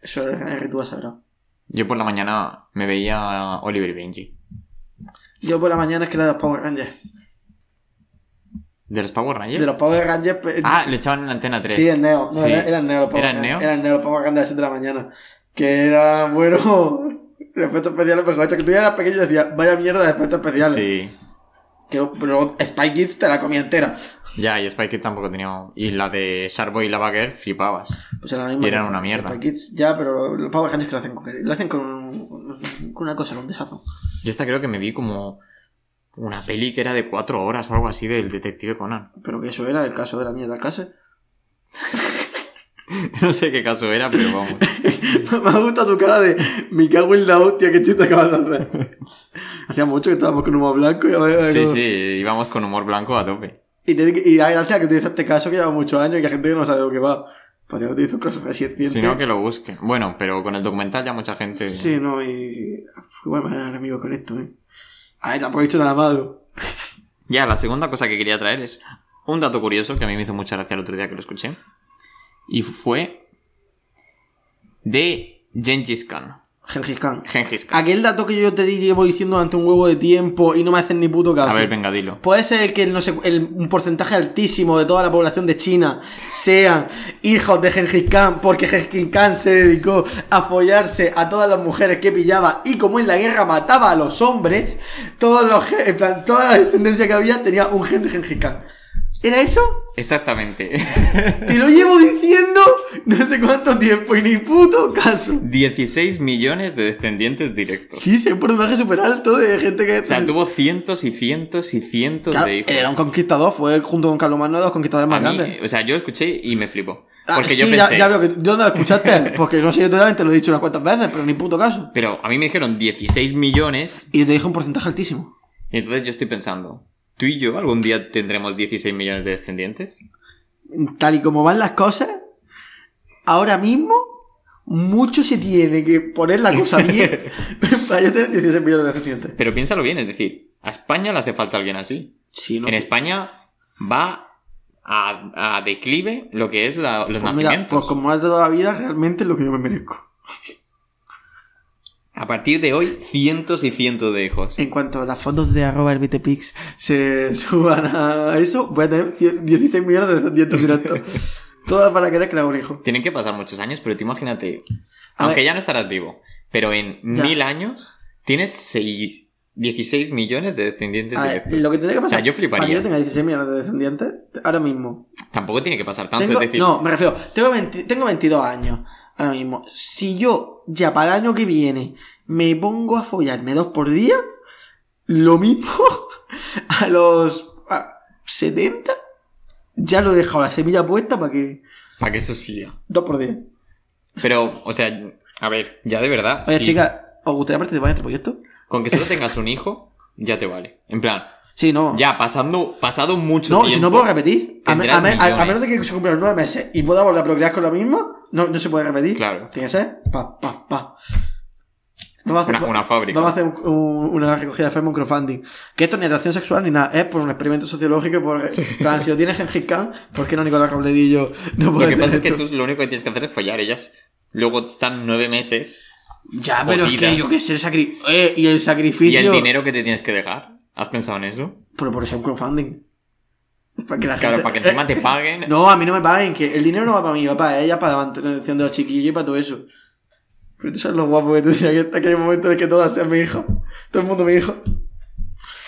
B: Eso es el ritual sagrado.
A: Yo por la mañana me veía Oliver y Benji.
B: Yo por la mañana es que era de los Power Rangers.
A: ¿De los Power Rangers?
B: De los Power Rangers. pe-
A: Ah, lo echaban en la antena 3.
B: Sí, en Neo. No,
A: Sí.
B: era- eran Neo los Power
A: ¿Eran
B: Rangers.
A: Neos?
B: Eran Neo los Power Rangers a las 7 de la mañana. Que era, bueno. Efectos especiales mejor hecho. Que tú ya eras pequeño y decías, vaya mierda de efectos especiales.
A: Sí.
B: Que luego- pero luego Spy Kids te la comía entera.
A: Ya, y Spike Kids tampoco tenía. Y la de Sharkboy y la Bagger flipabas.
B: Pues era la misma.
A: Y eran
B: que-
A: una
B: que
A: mierda.
B: Spy Kids. Ya, pero los Power Rangers que lo hacen con, lo hacen con, con una cosa, con un desazo.
A: Yo esta creo que me vi como una peli que era de cuatro horas o algo así del detective Conan.
B: Pero que eso era el caso de la niña de casa.
A: No sé qué caso era, pero vamos.
B: Me ha gustado tu cara de me cago en la hostia, qué chiste acabas de hacer. Hacía mucho que estábamos con humo blanco y a ver- a ver
A: Sí,
B: cómo-
A: sí, íbamos con humor blanco a tope.
B: Y, te, y da gracia que utiliza este caso que lleva muchos años y que la gente que no sabe lo que va. Pues Podría haber utilizado cosas así, ¿entiendes?
A: Si no, que lo busquen. Bueno, pero con el documental ya mucha gente.
B: Sí, no, y... Fue buena manera de amigo con esto, ¿eh? A ver, tampoco he dicho nada malo.
A: Ya, la segunda cosa que quería traer es un dato curioso que a mí me hizo mucha gracia el otro día que lo escuché. Y fue de Gengis Khan.
B: Gengis Khan.
A: Gengis Khan.
B: Aquel dato que yo te di llevo diciendo durante un huevo de tiempo y no me hacen ni puto caso.
A: A ver, venga, dilo.
B: Puede ser el que no sé, el- un porcentaje altísimo de toda la población de China sean hijos de Gengis Khan, porque Gengis Khan se dedicó a follarse a todas las mujeres que pillaba y como en la guerra mataba a los hombres, todos los, gen- en plan, toda la descendencia que había tenía un gen de Gengis Khan. ¿Era eso?
A: Exactamente.
B: Te lo llevo diciendo no sé cuánto tiempo y ni puto caso.
A: 16 millones de descendientes directos.
B: Sí, sí, hay un porcentaje súper alto de gente que...
A: O sea, tuvo cientos y cientos y cientos
B: Claro,
A: de hijos.
B: Era un conquistador, fue junto con Carlomagno de los conquistadores
A: A
B: más
A: mí,
B: grandes.
A: o sea, yo escuché y me flipo.
B: Ah,
A: Porque
B: sí,
A: yo
B: ya-
A: pensé.
B: Ya, veo que. ¿De dónde lo escuchaste? Porque no sé, yo totalmente lo he dicho unas cuantas veces, pero ni puto caso.
A: Pero a mí me dijeron 16 millones.
B: Y te dije un porcentaje altísimo.
A: Y entonces yo estoy pensando: ¿tú y yo algún día tendremos 16 millones de descendientes?
B: Tal y como van las cosas, ahora mismo, mucho se tiene que poner la cosa bien para ya tener 16 millones de asistentes.
A: Pero piénsalo bien, es decir, a España le hace falta alguien así.
B: Sí, no
A: en
B: sé.
A: España va a, a declive lo que es la- los
B: Pues mira,
A: nacimientos.
B: pues como ha toda la vida, realmente es lo que yo me merezco.
A: A partir de hoy, cientos y cientos de hijos.
B: En cuanto a las fotos de arroba herbitepix se suban a eso, voy a tener 100 16 millones de dientes directos. Todas para querer crear un hijo.
A: Tienen que pasar muchos años, pero te imagínate,
B: A
A: aunque
B: ver.
A: ya no estarás vivo, pero en
B: Ya.
A: mil años tienes seis- 16 millones de descendientes
B: A ver,
A: directos.
B: lo que tendría que pasar.
A: O sea, yo fliparía.
B: Para que yo tenga 16 millones de descendientes, ahora mismo.
A: Tampoco tiene que pasar tanto,
B: Tengo,
A: es decir,
B: No, me refiero, tengo, 20 tengo 22 años ahora mismo. Si yo ya para el año que viene me pongo a follarme dos por día, lo mismo a los a 70, ya lo he dejado la semilla puesta para que
A: para que eso siga.
B: dos por día.
A: Pero, o sea, a ver, ya de verdad,
B: Oye,
A: sí,
B: chica, ¿os gustaría participar en este proyecto?
A: con que solo tengas un hijo, ya te vale. En plan,
B: Sí, no.
A: ya pasando, pasado mucho
B: no,
A: tiempo...
B: si no puedo repetir. A, me- a me- a- a
A: Tendrás
B: menos de que se cumplan nueve meses y pueda volver a procrear con la misma, no, no se puede repetir.
A: Claro.
B: Tiene que ser. ¿eh? Pa, pa, pa. Vamos a hacer,
A: Una, una fábrica.
B: vamos a hacer un- un- una recogida de firma, un crowdfunding. Que esto ni atracción sexual ni nada, es por un experimento sociológico. Por, en plan, si lo tienes Henry Khan, ¿por qué no Nicolás Robledillo? No
A: Lo
B: puede
A: que pasa es
B: tener
A: que
B: esto?
A: tú lo único que tienes que hacer es follar. Ellas luego están nueve meses
B: Ya, pero es que
A: jodidas.
B: yo qué sé, el sacri- eh, y el
A: y
B: sacrificio.
A: el dinero que te tienes que dejar. ¿Has pensado en eso?
B: Pero por eso es un crowdfunding. Para que la
A: Claro,
B: gente- eh,
A: para que encima te paguen.
B: No, a mí no me paguen, que el dinero no va para mí, va para ella, para la mantención de los chiquillos y para todo eso. Pero tú sabes lo guapo que tendría que estar que hay un momento en el que todas sean mi hijo. Todo el mundo mi hijo.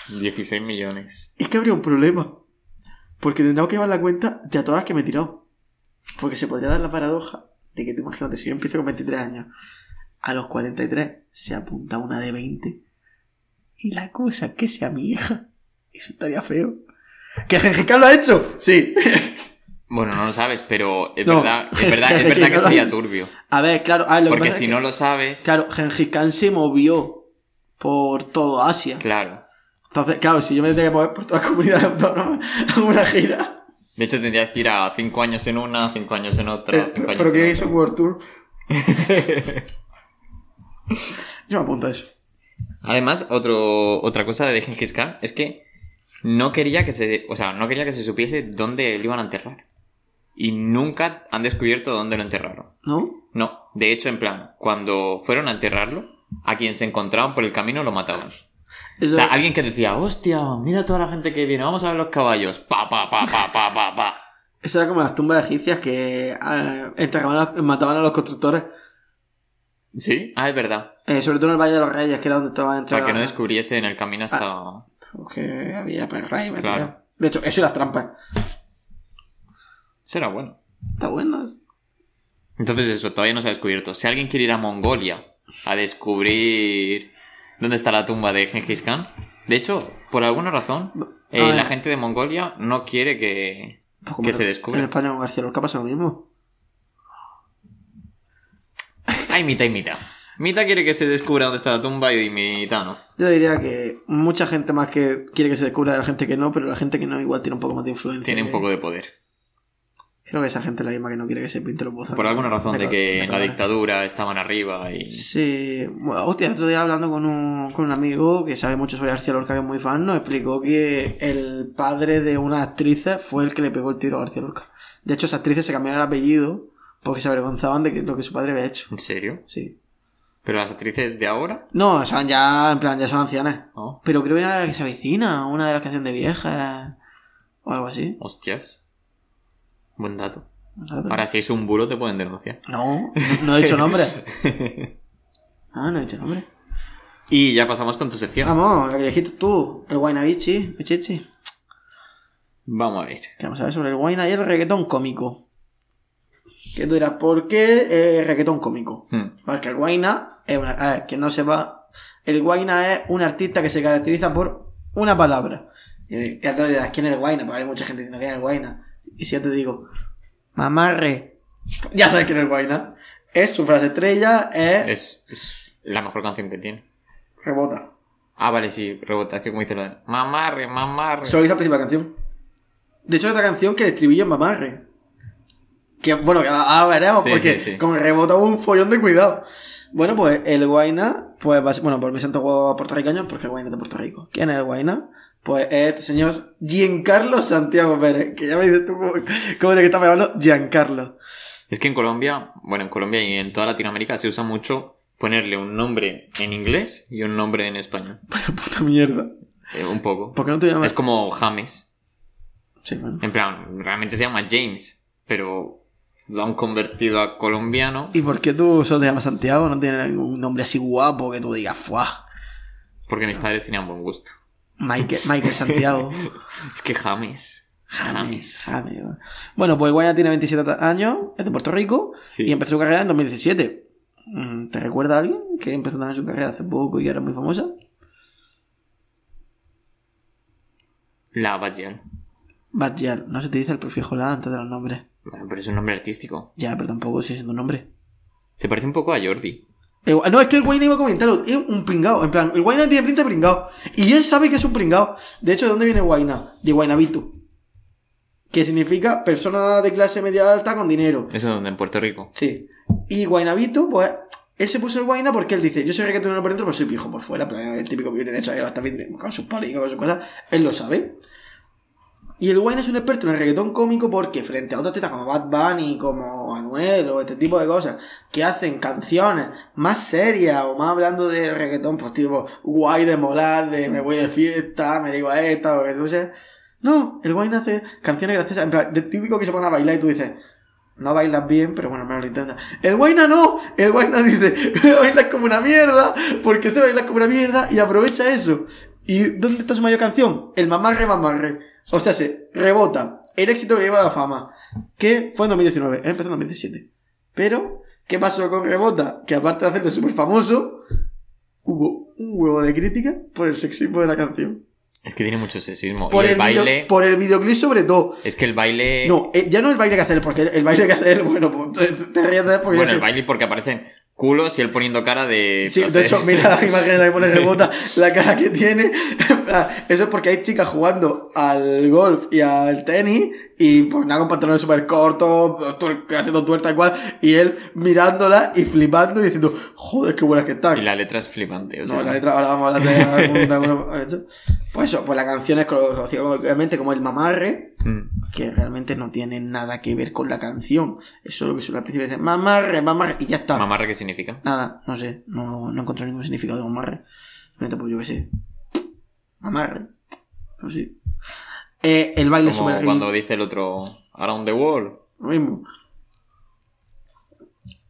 A: 16 millones.
B: Es que habría un problema. Porque tendríamos que llevar la cuenta de a todas las que me he tirado. Porque se podría dar la paradoja de que tú imagínate, si yo empiezo con 23 años, a los 43 se apunta una de 20. Y la cosa es que sea mi hija. Eso estaría feo. ¿Que Genji Khan lo ha hecho? Sí.
A: Bueno, no lo sabes, pero es
B: No.
A: verdad, es verdad, es verdad que sería turbio.
B: A ver, claro. A ver, lo que
A: Porque
B: pasa es
A: si
B: que-
A: no lo sabes.
B: Claro, Gengis Khan se movió por todo Asia.
A: Claro.
B: Entonces, claro, si yo me tenía que mover por toda la comunidad autónoma, hago una gira.
A: De hecho, tendrías que ir a 5 años en una, 5 años en
B: Eh,
A: otra. cinco
B: pero
A: años
B: pero
A: en
B: que
A: otra.
B: hizo World Tour. yo me apunto a eso.
A: Además, otro, otra cosa de Genghis Khan es que no quería que se, o sea, no quería que se supiese dónde lo iban a enterrar. Y nunca han descubierto dónde lo enterraron.
B: ¿No?
A: No, de hecho, en plan, cuando fueron a enterrarlo, a quien se encontraban por el camino lo mataban. O
B: Eso-
A: sea, alguien que decía, hostia, mira toda la gente que viene, vamos a ver los caballos. Pa, pa, pa, pa, pa, pa, pa.
B: eso era como las tumbas egipcias que eh, enterraban a los- mataban a los constructores.
A: ¿Sí? Ah, es verdad.
B: Eh, sobre todo en el Valle de los Reyes, que era donde estaban
A: Para
B: enterrados.
A: que no descubriesen el camino hasta...
B: Porque había reyes, me
A: Claro.
B: tiraron. De hecho, eso y las trampas.
A: Será bueno.
B: Está buenas.
A: Entonces eso, todavía no se ha descubierto. Si alguien quiere ir a Mongolia a descubrir dónde está la tumba de Genghis Khan, de hecho, por alguna razón, eh,
B: A ver.
A: la gente de Mongolia no quiere que...
B: Pues como
A: Que
B: en-
A: se descubra.
B: En España con García Lorca pasa lo mismo.
A: Hay mitad y mitad. Mitad quiere que se descubra dónde está la tumba y mitad no.
B: Yo diría que mucha gente más que quiere que se descubra de la gente que no, pero la gente que no igual tiene un poco más de influencia.
A: Tiene un
B: que-
A: poco de poder.
B: Creo que esa gente es la misma que no quiere que se pinte los bozos.
A: Por alguna razón de
B: la-
A: que en la
B: cámara.
A: dictadura estaban arriba y...
B: Sí, bueno, hostia, el otro día hablando con un, con un amigo que sabe mucho sobre García Lorca, que es muy fan, nos explicó que el padre de una actriz fue el que le pegó el tiro a García Lorca. De hecho, esas actrices se cambiaron el apellido porque se avergonzaban de que- lo que su padre había hecho.
A: ¿En serio?
B: Sí.
A: ¿Pero las actrices de ahora? oh,
B: No, son ya, en plan, ya son ancianas.
A: No.
B: Pero creo que era la que se avecina, una de las que hacen de vieja o algo así.
A: Hostias. Buen dato.
B: O sea,
A: Ahora, si es un buro, te pueden denunciar.
B: No, no he dicho nombre. Ah, no he dicho nombre.
A: Y ya pasamos con tu sección.
B: Vamos, la que dijiste tú, el Guaynabichi, Pichichi.
A: Vamos a ver.
B: Que vamos a ver sobre el Guayna y el reggaetón cómico. Que tú dirás, ¿por qué eh, reggaetón cómico?
A: Hmm.
B: Porque el Guayna es una. A ver, que no sepa. El Guayna es un artista que se caracteriza por una palabra. Y que te dirás, ¿quién es el Guayna? Porque hay mucha gente diciendo, ¿quién es el Guayna? Y si yo te digo, mamarre. Ya sabes quién es el Guayna. Es su frase estrella,
A: Es,
B: es.
A: es la mejor canción que tiene.
B: rebota.
A: Ah, vale, sí, rebota. Es que como dice lo de... Mamarre, mamarre.
B: Solo hizo la principal canción. De hecho, hay otra canción que el estribillo es mamarre. Que, bueno, que ahora veremos,
A: Sí,
B: porque
A: sí, sí.
B: con rebota un follón de cuidado. Bueno, pues el Guaina, pues va a ser- bueno, por mi santo juego puertorriqueño, porque el Guaina es de Puerto Rico. ¿Quién es el Guaina? Pues este señor Giancarlo Santiago Pérez, que ya me dices tú cómo, cómo es que está hablando Giancarlo.
A: Es que en Colombia, bueno, en Colombia y en toda Latinoamérica se usa mucho ponerle un nombre en inglés y un nombre en español.
B: Pero puta mierda.
A: Eh, un poco.
B: ¿Por qué no te llamas?
A: Es como James.
B: Sí, bueno.
A: En plan, realmente se llama James, pero lo han convertido a colombiano
B: ¿Y por qué tú solo te llamas Santiago? No tiene ningún nombre así guapo que tú digas, ¡fuah!
A: porque mis padres tenían buen gusto.
B: Michael, Michael Santiago.
A: Es que James.
B: James.
A: James.
B: James. Ah, Bueno, pues Guayana tiene 27 años, es de Puerto Rico
A: Sí.
B: y empezó su carrera en 2017. Mm, ¿Te recuerda a alguien que empezó también su carrera hace poco y ahora es muy famosa?
A: La Bajel.
B: Batjal, no se te dice el prefijo la antes de los nombres.
A: Bueno, pero es un nombre artístico.
B: Ya, pero tampoco sigue siendo un nombre.
A: Se parece un poco a Jordi.
B: El Gua- no, es que el Guayana iba a comentarlo, es un pringao. En plan, el Guayana tiene pinta de pringao. Y él sabe que es un pringao. De hecho, ¿de dónde viene Guayana? De Guaynabito. Que significa persona de clase media alta con dinero.
A: Eso es donde en Puerto Rico.
B: Sí. Y Guainabito, pues, él se puso el Guaina porque él dice, yo soy reggaetonero por dentro, pero soy viejo por fuera, en plan, el típico que de hecho, él va a estar bien con sus palicas, con sus cosas, él lo sabe. Y el Guaina es un experto en el reggaetón cómico porque frente a otras tetas como Bad Bunny, como Anuel o este tipo de cosas, que hacen canciones más serias o más hablando de reggaetón, pues tipo guay de molar, de me voy de fiesta, me digo a esta o que no sé. No, el Guaina hace canciones graciosas, en plan, de típico que se pone a bailar y tú dices, no bailas bien, pero bueno, al menos lo intenta. El Guaina no, el Guaina dice, bailas como una mierda, porque se bailas como una mierda y aprovecha eso. ¿Y dónde está su mayor canción? El mamarre mamarre. O sea, se rebota. El éxito que lleva a la fama. Que fue en 2019, empezó en 2017. Pero, ¿qué pasó con Rebota? Que aparte de hacerlo súper famoso, hubo un huevo de crítica por el sexismo de la canción.
A: Es que tiene mucho sexismo.
B: Por
A: y el,
B: video-
A: baile.
B: por el videoclip sobre todo.
A: Es que el baile.
B: No, eh, ya no el baile que hacer, porque el- el baile que hacer, bueno, pues, te, te- te ríes de él porque
A: Bueno,
B: ya
A: el
B: sé.
A: baile porque aparecen culos y él poniendo cara de.
B: Sí, de hecho, mira la imagen en la que pone rebota, la cara que tiene. Ah, Eso es porque hay chicas jugando al golf y al tenis y pues nada, con pantalones súper cortos, tuer- haciendo tuerta y cual, y él mirándola y flipando y diciendo, joder, qué buenas que están.
A: Y la letra es flipante. O sea,
B: No, la letra, ahora vamos a hablar de algún- de alguna- hecho. Pues eso, pues la canción es conocida como- obviamente como el mamarre,
A: Mm.
B: que realmente no tiene nada que ver con la canción. Eso es lo que suena al principio. Dice, mamarre, mamarre, y ya está.
A: ¿Mamarra qué significa?
B: Nada, no sé. No, no encontré ningún significado de mamarre. Simplemente, pues yo qué sé. Mamarre. No sé. Eh, el baile es
A: Como
B: súper
A: cuando
B: ridículo.
A: dice el otro. Around the world.
B: Lo mismo.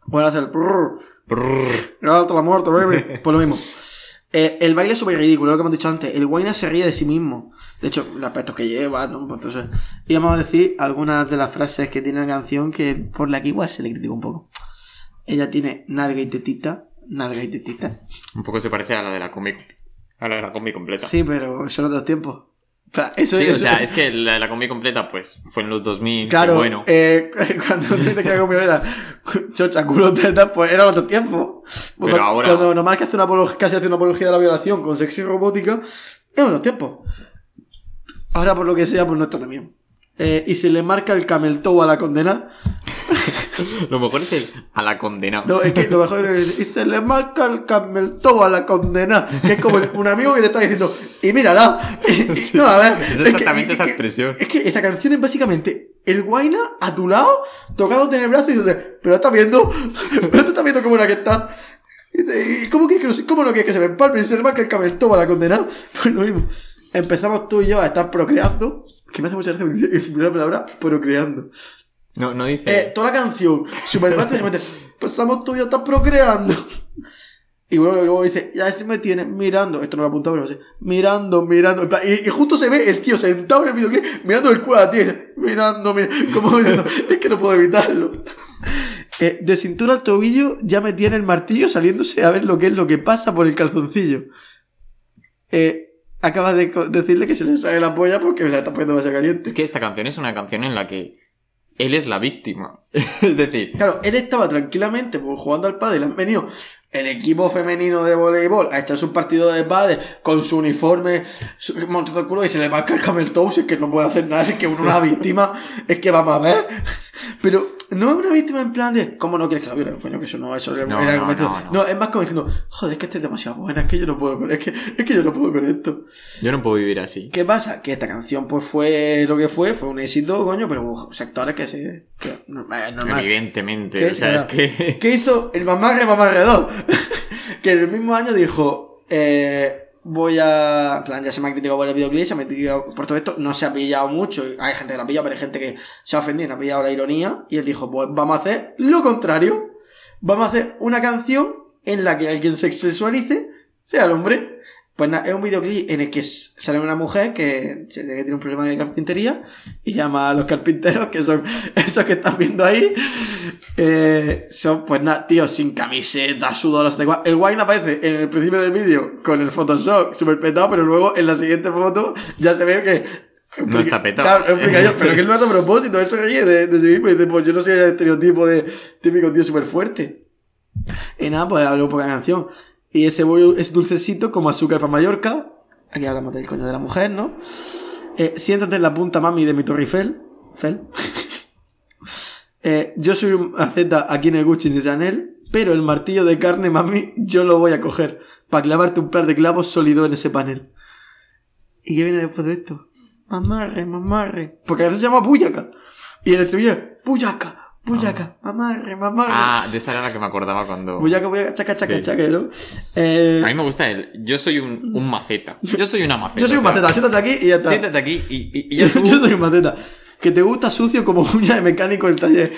B: Bueno, hace el... prrr.
A: Brrr.
B: Regalarte la muerte, baby. Pues lo mismo. Eh, el baile es súper ridículo, lo que hemos dicho antes. El Guayna se ríe de sí mismo. De hecho, los aspectos que lleva, ¿no? Pues entonces- Y vamos a decir algunas de las frases que tiene la canción que por la que igual se le critica un poco. Ella tiene nalga y tetita. Nalga y tetita.
A: Un poco se parece a la de la combi. A la de la combi completa.
B: Sí, pero son otros tiempos. O sea, eso,
A: Sí, o
B: eso-
A: sea, es que la de la combi completa, pues, fue en los 2000.
B: Claro,
A: que bueno.
B: eh, cuando te dices que era conmigo era chocha, culo, teta, pues era otro tiempo. Porque
A: Pero ahora-
B: Cuando nomás que hace una apolog- casi hace una apología de la violación con sexy robótica, era otro tiempo. Ahora, por lo que sea, pues no está también. Eh, y se le marca el camel toe a la condena.
A: Lo mejor es el a la condena.
B: No, es que lo mejor es. Y se le marca el camel toe a la condena. Que es como el- un amigo que te está diciendo, y mírala. Y- y- no, a ver.
A: es
B: que-
A: exactamente esa
B: que-
A: expresión.
B: es que esta canción es básicamente el guayna a tu lado, tocándote en el brazo y diciéndote, pero estás viendo, pero tú estás viendo cómo era que está. Y dice, "¿Y ¿Cómo, que, que no se- cómo no quieres que se me empalme? Si Se le marca el camelto para la condena. Pues lo mismo. Empezamos tú y yo a estar procreando. Que me hace mucha gracia porque dice- la palabra procreando.
A: No, no dice.
B: Eh, toda la canción, super fácil, de repente, pasamos "Pues tú y yo a estar procreando. Y luego, luego dice, ya se me tiene mirando, esto no lo he apuntado, pero no sé, mirando, mirando, en plan, y, y justo se ve el tío sentado en el videoclip, mirando el cuadro a ti, y dice, mirando, mirando, como diciendo, es que no puedo evitarlo. Eh, de cintura al tobillo ya me tiene el martillo saliéndose a ver lo que es lo que pasa por el calzoncillo. Eh, acaba de co- decirle que se le sale la polla porque se la está poniendo demasiado caliente.
A: Es que esta canción es una canción en la que él es la víctima. es decir,
B: Claro, él estaba tranquilamente pues, jugando al pádel. Han venido el equipo femenino de voleibol a echarse un partido de pádel con su uniforme su- montado el culo y se le marca el camel toe. si es que no puede hacer nada, si es que uno es una víctima, es que vamos a ver. Pero no es una víctima en plan de, ¿cómo no quieres que la violen? Coño, que eso no, eso es
A: No,
B: el
A: no,
B: argumento. No,
A: no, no.
B: es más como diciendo, joder, es que esta es demasiado buena, es que yo no puedo con, es que, es que yo no puedo con esto.
A: Yo no puedo vivir así.
B: ¿Qué pasa? Que esta canción, pues fue lo que fue, fue un éxito, coño, pero hubo sectores que se. Que, no, es normal.
A: Evidentemente.
B: ¿Qué
A: o sea, es
B: será?
A: que.
B: ¿Qué hizo el mamarre mamarredor? que en el mismo año dijo, eh, voy a... En plan, ya se me ha criticado por el videoclip, se me ha criticado por todo esto, no se ha pillado mucho, hay gente que la ha pillado, pero hay gente que se ha ofendido y no ha pillado la ironía, y él dijo, pues vamos a hacer lo contrario, vamos a hacer una canción en la que alguien se sexualice, sea el hombre. Pues nada, es un videoclip en el que s- sale una mujer que se ve que tiene un problema de carpintería y llama a los carpinteros, que son esos que estás viendo ahí. Eh, son, pues nada, tíos sin camiseta, sudores de El Wine aparece en el principio del vídeo con el Photoshop super petado, pero luego en la siguiente foto ya se ve que.
A: No está petado.
B: Claro, explica yo, pero que él lo hace a propósito, él se ríe de, de sí mismo y dice, pues yo no soy el estereotipo de típico tío súper fuerte. Y nada, pues habló por la canción. Y ese bollo es dulcecito como azúcar para Mallorca. Aquí hablamos del coño de la mujer, ¿no? Eh, siéntate en la punta, mami, de mi torrifel. Fel. Eh, yo soy un maceta aquí en el Gucci de Chanel, pero el martillo de carne, mami, yo lo voy a coger para clavarte un par de clavos sólido en ese panel. ¿Y qué viene después de esto? Mamarre, mamarre. Porque a veces se llama Buyaca. Y el estribillo es Buyaca, Buyaca, mamarre, mamarre.
A: Ah, de esa era la que me acordaba cuando.
B: Voy a voy a chaca, chaca,
A: Sí.
B: chaca, ¿no? Eh,
A: A mí me gusta él. Yo soy un, un maceta. Yo soy una maceta.
B: yo soy un
A: o sea,
B: maceta, siéntate aquí y ya está.
A: Siéntate aquí y, y- y ya tú.
B: yo soy un maceta. Que te gusta sucio como uña de mecánico del taller.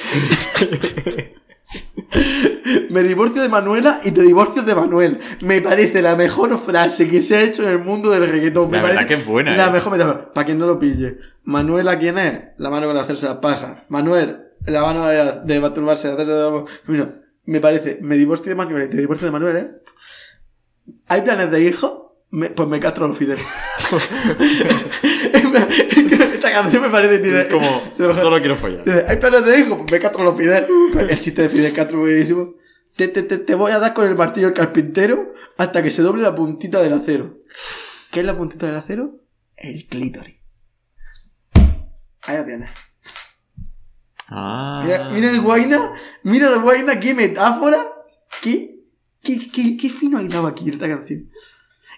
B: Me divorcio de Manuela y te divorcio de Manuel. Me parece la mejor frase que se ha hecho en el mundo del reggaetón. Me
A: La verdad
B: parece
A: que es buena,
B: La
A: eh.
B: mejor metáfora. Para quien no lo pille. Manuela, ¿quién es? La mano de hacerse las pajas. Manuel, la mano de, de masturbarse, de hacerse las Mira, me parece, me divorcio de Manuela y te divorcio de Manuel, ¿eh? ¿Hay planes de hijo? Me- pues me castro los fideos. Esta canción me parece que tiene-
A: Es como. Solo quiero follar.
B: Dice, hay planes de hijo, pues me castro los Fidel. El chiste de Fidel Castro buenísimo. Te, te, te, te voy a dar con el martillo del carpintero hasta que se doble la puntita del acero. ¿Qué es la puntita del acero? El clítoris. Ahí lo tienes.
A: Ah.
B: Mira, mira el guaina, mira el guaina, qué metáfora, qué, qué, qué, qué fino hilaba aquí esta canción.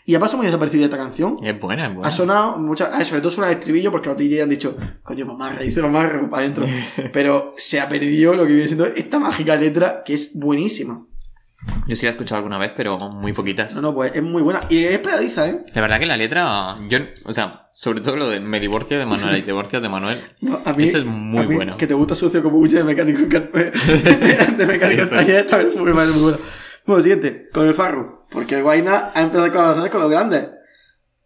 B: Y ha pasado muy desaparecida esta canción.
A: Es buena, es
B: Ha
A: buena.
B: sonado muchas, ah, sobre todo suena el estribillo porque los DJ han dicho, coño, mamarre, dice mamarre para adentro. Pero se ha perdido lo que viene siendo esta mágica letra que es buenísima.
A: Yo sí la he escuchado alguna vez, pero muy poquitas.
B: No, no, pues es muy buena. Y es pegadiza, ¿eh?
A: La verdad que la letra, yo, o sea, sobre todo lo de me divorcio de Manuel y te divorcias de Manuel,
B: No, a mí,
A: Esa es muy
B: a mí,
A: buena.
B: Que te gusta sucio como huye de mecánico en car- de, de mecánico en
A: Sí, sí.
B: taller, está bien, muy mal, muy buena. Bueno, siguiente, con el Farru. Porque el Guaina ha empezado a colaboraciones con los grandes.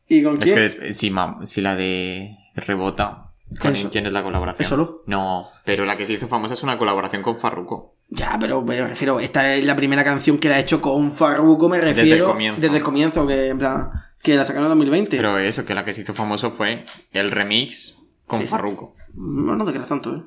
B: ¿Y con
A: es
B: quién?
A: que es- si, ma- si la de rebota, ¿con
B: Eso.
A: quién es la colaboración?
B: ¿Es solo?
A: No, pero la que se hizo famosa es una colaboración con Farruko.
B: Ya, pero me refiero, esta es la primera canción que la he hecho con Farruko, me refiero.
A: comienzo.
B: Desde el comienzo, que en plan, que la sacaron en 2020.
A: Pero eso, que la que se hizo famoso fue el remix con
B: Sí, sí.
A: Farruko.
B: No, no te creas tanto, ¿eh?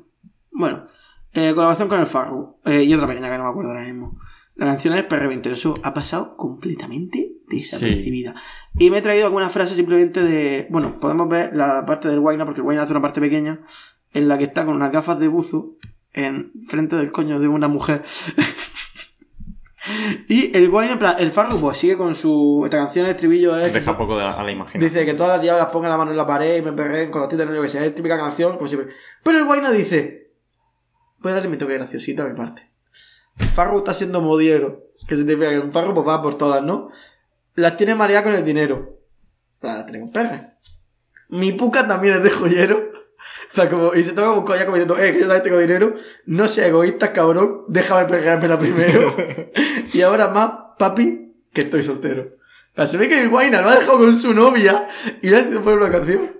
B: Bueno, eh, colaboración con el Farru. Eh, y otra pequeña que no me acuerdo ahora mismo. La canción es Perro Venteroso. Ha pasado completamente desapercibida. Y me he traído algunas frases simplemente de. Bueno, podemos ver la parte del Guayna, porque el Guayna hace una parte pequeña en la que está con unas gafas de buzo en frente del coño de una mujer. y el Guayna, en plan, el Farru, pues sigue con su. Esta canción, el estribillo es.
A: Deja poco de- a la imaginación.
B: Eh, Dice que todas las diablas pongan la mano en la pared y me perreen con la tita en la universidad. Es típica canción, como siempre. Pero el Guayna dice: Voy a darle mi toque graciosito a mi parte. Farru está siendo modiero. Que significa que un Farru pues, va por todas, ¿no? Las tiene mareadas con el dinero. O sea, Las tiene con perra. Mi puca también es de joyero. O sea, como, y se toca con ya como diciendo, eh, que yo también tengo dinero. No seas egoísta, cabrón. Déjame perreármela primero. y ahora más, papi, que estoy soltero. O sea, se ve que el Guayna lo ha dejado con su novia y le ha decidido poner una canción.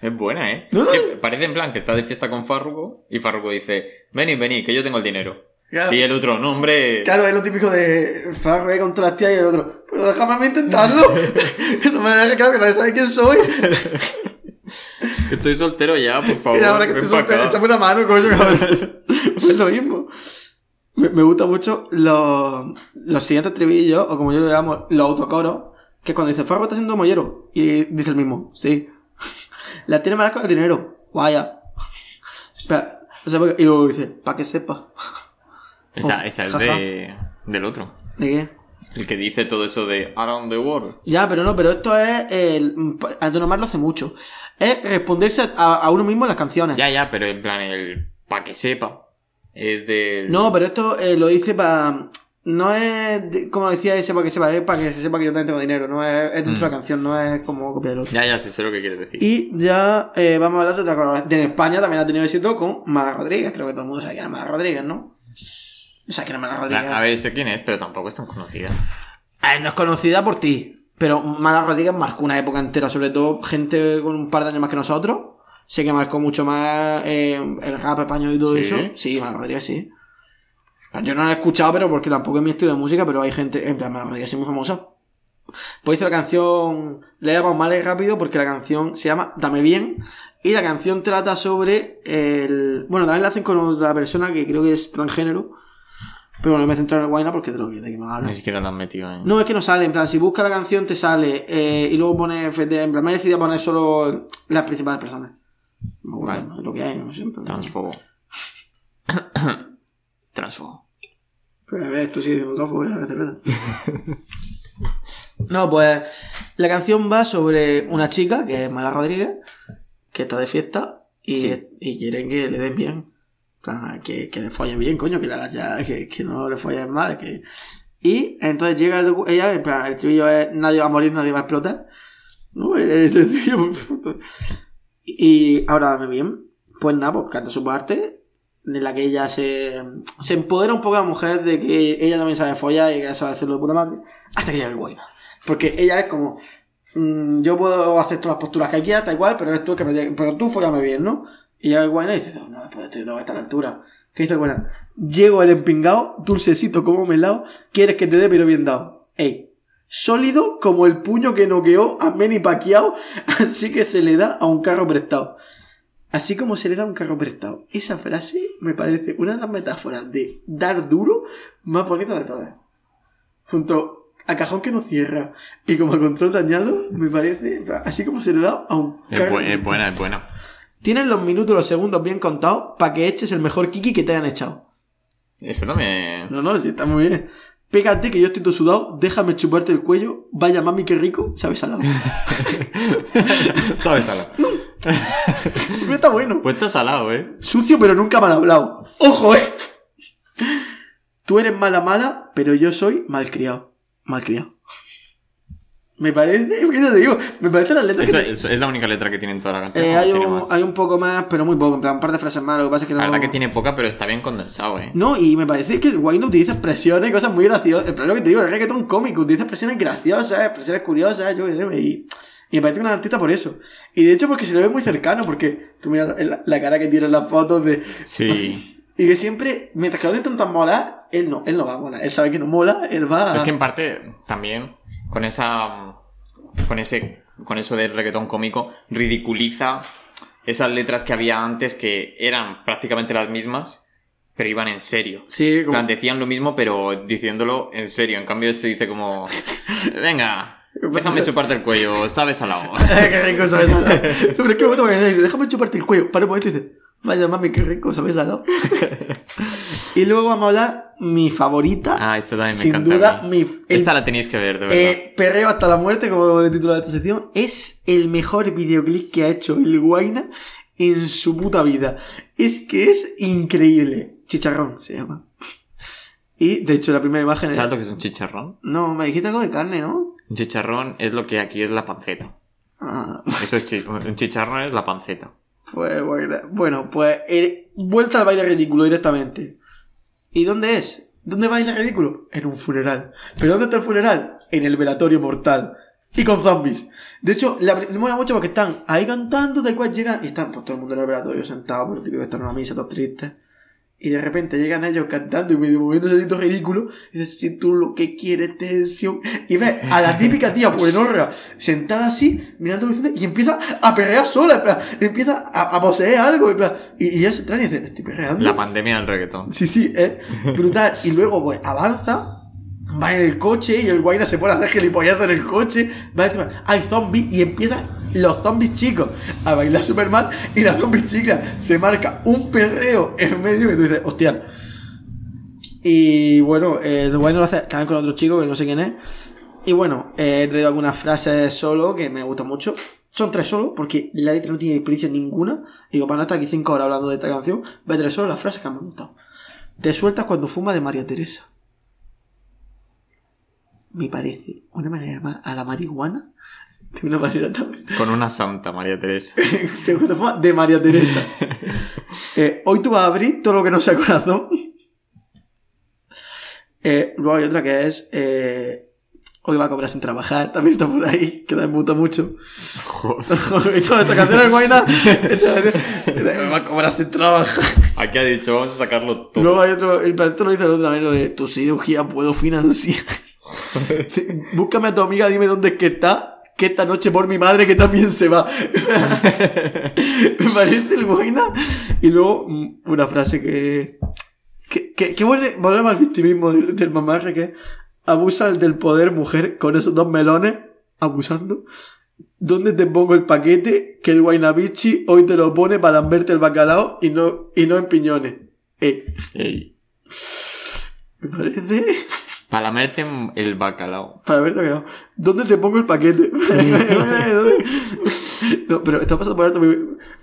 A: Es buena, ¿eh?
B: No,
A: Es
B: no.
A: que parece en plan que está de fiesta con Farruko y Farruko dice, venid, venid, que yo tengo el dinero.
B: Claro.
A: Y el otro, no, hombre,
B: Claro, es lo típico de Farro eh, contra las tías y el otro. Pero déjame a mí intentarlo. no me dejes claro que nadie sabe quién soy.
A: que estoy soltero ya, por favor.
B: y ahora que
A: ven
B: estoy
A: pa'
B: soltero,
A: acá".
B: échame una mano, coño, cabrón. pues lo mismo. Me, me gusta mucho los, los siguientes trivillos, o como yo lo llamo, los autocoros, que es cuando dice Farro está siendo mollero. Y dice el mismo, sí. la tiene malas con el dinero. Guaya. Espera, O sea, porque- y luego dice, para que sepa.
A: Esa,
B: Oh,
A: esa es
B: jaja.
A: de, del otro.
B: ¿De qué?
A: El que dice todo eso de around the world.
B: Ya, pero no, pero esto es. El, Antonio Mar lo hace mucho. Es responderse a, a uno mismo en las canciones.
A: Ya, ya, pero en plan el pa' que sepa. Es del...
B: No, pero esto eh, lo dice para. No es de- como decía ese para que sepa, es para que se sepa que yo también tengo dinero. No es, es dentro de la
A: Mm.
B: canción, no es como copia del otro.
A: Ya, ya, sí sé lo que quieres decir.
B: Y ya eh, vamos a hablar de otra colaboración. En España también ha tenido éxito con Mala Rodríguez. Creo que todo el mundo sabe quién es Mala Rodríguez, ¿no?
A: Pues,
B: ¿Sabes quién es Mala Rodríguez?
A: A ver, sé quién es, pero tampoco es tan conocida.
B: Eh, no es conocida por ti, pero Mala Rodríguez marcó una época entera, sobre todo gente con un par de años más que nosotros. Sé que marcó mucho más eh, el rap español y todo
A: ¿Sí?
B: eso. Sí, Mala Rodríguez sí. Yo no la he escuchado, pero porque tampoco es mi estilo de música, pero hay gente, en plan, Mala Rodríguez sí es muy famosa. Pues hizo la canción, le he llamado mal y rápido porque la canción se llama Dame Bien y la canción trata sobre el... Bueno, también la hacen con otra persona que creo que es transgénero, pero bueno, me he centrado en el Guayna porque te lo que- de que me hablo.
A: Ni siquiera la han metido en...
B: Ah, No, es que no sale, en plan, si buscas la canción te sale eh, y luego pone FT, en plan, me he decidido poner solo las principales personas. No,
A: Vale.
B: bueno, lo que hay, no sé. en plan.
A: Transfobo. Transfobo.
B: Pues, a ver, esto sí es demógrafo, a ver, de verdad. No, pues la canción va sobre una chica, que es Mala Rodríguez, que está de fiesta y,
A: Sí.
B: y quiere que le den bien. En plan, Que, que le follen bien, coño, que le hagas ya, que, que no le follen mal. Que... Y entonces llega el- ella, en plan, el estribillo es nadie va a morir, nadie va a explotar. No, ese estribillo, por favor. Y ahora dame bien. Pues nada, pues canta su parte, en la que ella se, se empodera un poco a la mujer de que ella también sabe follar y que sabe hacerlo de puta madre, hasta que llega el guayna. Porque ella es como, mm, yo puedo hacer todas las posturas que aquí, está igual, pero eres tú el que me tiene- pero tú follame bien, ¿no? Y llega el guayna y dice, no, no, pues esto yo tengo que estar a la altura. ¿Qué dice el guayna? Llego el empingado, dulcecito como melao, quieres que te dé pero bien dado. Ey, sólido como el puño que noqueó a Manny Pacquiao, así que se le da a un carro prestado. Así como se le da un carro prestado. Esa frase me parece una de las metáforas de dar duro más bonita de todas. Junto a cajón que no cierra y como a control dañado, me parece así como se le da a un
A: Es,
B: carro.
A: bu- es buena, es buena.
B: Tienes los minutos, los segundos bien contados para que eches el mejor kiki que te hayan echado.
A: Eso también...
B: No, no, sí, está muy bien. Pégate que yo estoy todo sudado, déjame chuparte el cuello, vaya mami que rico, sabes al lado.
A: Sabes salado.
B: Pero está bueno.
A: Pues está salado, ¿eh?
B: Sucio pero nunca mal hablado. ¡Ojo, eh! Tú eres mala mala, pero yo soy malcriado. Malcriado. Me parece, ¿qué te digo? Me parece las letras
A: Eso-
B: que te-
A: eso es la única letra que tiene en toda la canción.
B: Eh,
A: no
B: hay,
A: tiene
B: un,
A: más.
B: hay un poco más, pero muy poco. En plan, un par de frases más. Lo que pasa es que no.
A: La verdad que tiene poca, pero está bien condensado, ¿eh?
B: No, y me parece que el guay no utiliza expresiones y cosas muy graciosas. Pero es lo que te digo, el reggaetón cómico utiliza expresiones graciosas, expresiones curiosas, yo qué sé, y, y me parece un artista por eso. Y de hecho, porque se lo ve muy cercano, porque tú miras la, la cara que tiene en las fotos de.
A: Sí.
B: Y que siempre, mientras que lo intentan molar, él no, él no va a molar. Él sabe que no mola, él va. a-
A: Es que en parte también con esa. con ese. con eso del reggaetón cómico ridiculiza esas letras que había antes que eran prácticamente las mismas, pero iban en serio.
B: Sí,
A: En
B: como,
A: plan, decían lo mismo, pero diciéndolo en serio. En cambio, este dice como. Venga,
B: pues
A: déjame chuparte el cuello, sabes al lado.
B: qué rico, ¿sabes? al lado. Pero es que bueno, porque dice, déjame chuparte el cuello. Para un momento y dice, vaya mami, qué rico, ¿sabes? al lado? y luego vamos a hablar mi favorita.
A: Ah, esta también me
B: Sin
A: encanta. a
B: duda,
A: mí.
B: mi, el-
A: Esta la tenéis que ver, de verdad.
B: eh, Perreo hasta la muerte, como el título de esta sección, es el mejor videoclip que ha hecho el Guaina en su puta vida. Es que es increíble. Chicharrón se llama. Y de hecho, la primera imagen es.
A: ¿Sabes lo que es un chicharrón?
B: No, me dijiste algo de carne, ¿no?
A: Un chicharrón es lo que aquí es la panceta.
B: Ah,
A: Eso es chi- un chicharrón es la panceta.
B: pues bueno, bueno, pues eh, vuelta al baile ridículo directamente. ¿Y dónde es? ¿Dónde baila ridículo? En un funeral. ¿Pero dónde está el funeral? En el velatorio mortal. Y con zombies. De hecho, la, me mola mucho porque están ahí cantando, tal cual llegan. Y están pues, todo el mundo en el velatorio sentado, por lo típico que están en una misa, todos tristes. Y de repente llegan ellos cantando y medio moviendo ese tito ridículo. Y dices, si tú lo que quieres es tensión. Y ves a la típica tía buenorra sentada así, mirando el horizonte, y empieza a perrear sola. en plan, Empieza a, a poseer algo. en plan, Y, y ya se traen y dicen, estoy perreando.
A: La pandemia del reggaetón.
B: Sí, sí, es brutal. Y luego, pues, avanza, va en el coche y el guayna se pone a hacer gilipollas en el coche, va encima, hay zombies y empieza los zombies chicos a bailar Superman y las zombies chicas se marca un perreo en medio que tú dices, hostia. Y bueno, eh, The Wire lo hace también con otro chico que no sé quién es. Y bueno, eh, he traído algunas frases solo que me gustan mucho. Son tres solo, porque la letra no tiene experiencia ninguna. Digo, para no estar aquí cinco horas hablando de esta canción, voy a traer solo las frases que me han gustado. Te sueltas cuando fuma de María Teresa. Me parece una manera de llamar a la marihuana de una manera también.
A: Con una santa, María Teresa.
B: Te cuento fuma de María Teresa. Eh, hoy tú vas a abrir todo lo que no sea corazón. Eh, luego hay otra que es. eh, hoy va a cobrar sin trabajar. También está por ahí, que también me gusta mucho.
A: Joder.
B: Joder, toda esta canción es buena. Esta canción- Hoy va a cobrar sin trabajar.
A: Aquí ha dicho, vamos a sacarlo todo.
B: Luego hay otro. El planeta lo dice el otro también, lo de tu cirugía puedo financiar. Te- Búscame a tu amiga, dime dónde es que está. Que esta noche por mi madre que también se va. Me parece el buena. Y luego mm, una frase que. que, que, que vuelve- volvemos al victimismo del, del mamarre que es, abusa del poder mujer con esos dos melones abusando. ¿Dónde te pongo el paquete? Que el Guaynabichi hoy te lo pone para lamberte el bacalao y no, y no en piñones. Eh,
A: Ey.
B: me parece.
A: Para lamerte el bacalao.
B: Para ver lo que hago. ¿Dónde te pongo el paquete? no, pero está pasando por alto. mi-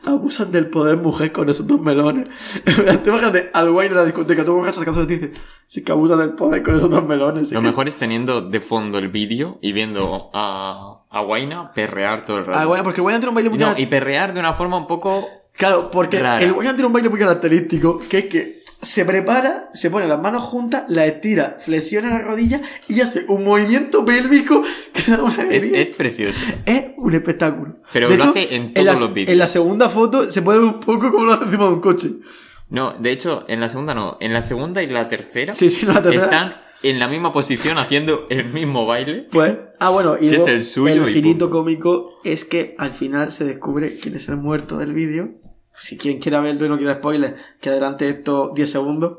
B: Abusan del poder mujer con esos dos melones. te bajas de al guay en la discoteca, tú borracho sacando de ti y dices, sí que abusan del poder con esos dos melones. sí
A: Lo
B: que-
A: mejor es teniendo de fondo el vídeo y viendo a, a Guaina perrear todo el rato.
B: Al guay, porque el guay tiene un baile muy
A: No,
B: característico.
A: y perrear de una forma un poco...
B: Claro, porque
A: Rara.
B: el guayán tiene un baile muy característico, que es que se prepara, se pone las manos juntas, la estira, flexiona la rodilla y hace un movimiento pélvico que da una
A: Es,
B: alegría.
A: es precioso.
B: Es un espectáculo.
A: Pero
B: De
A: lo hace en todos
B: la,
A: los vídeos.
B: En la segunda foto se puede ver un poco como lo hace encima de un coche.
A: No, de hecho, en la segunda no. En la segunda y la tercera
B: Sí, sí, no la tercera.
A: están en la misma posición haciendo el mismo baile.
B: Pues, ah, bueno, y
A: Que
B: luego
A: es el suyo y
B: girito
A: punto.
B: cómico es que al final se descubre quién es el muerto del vídeo. Si quien quiera verlo y no quiera spoiler, que adelante estos 10 segundos.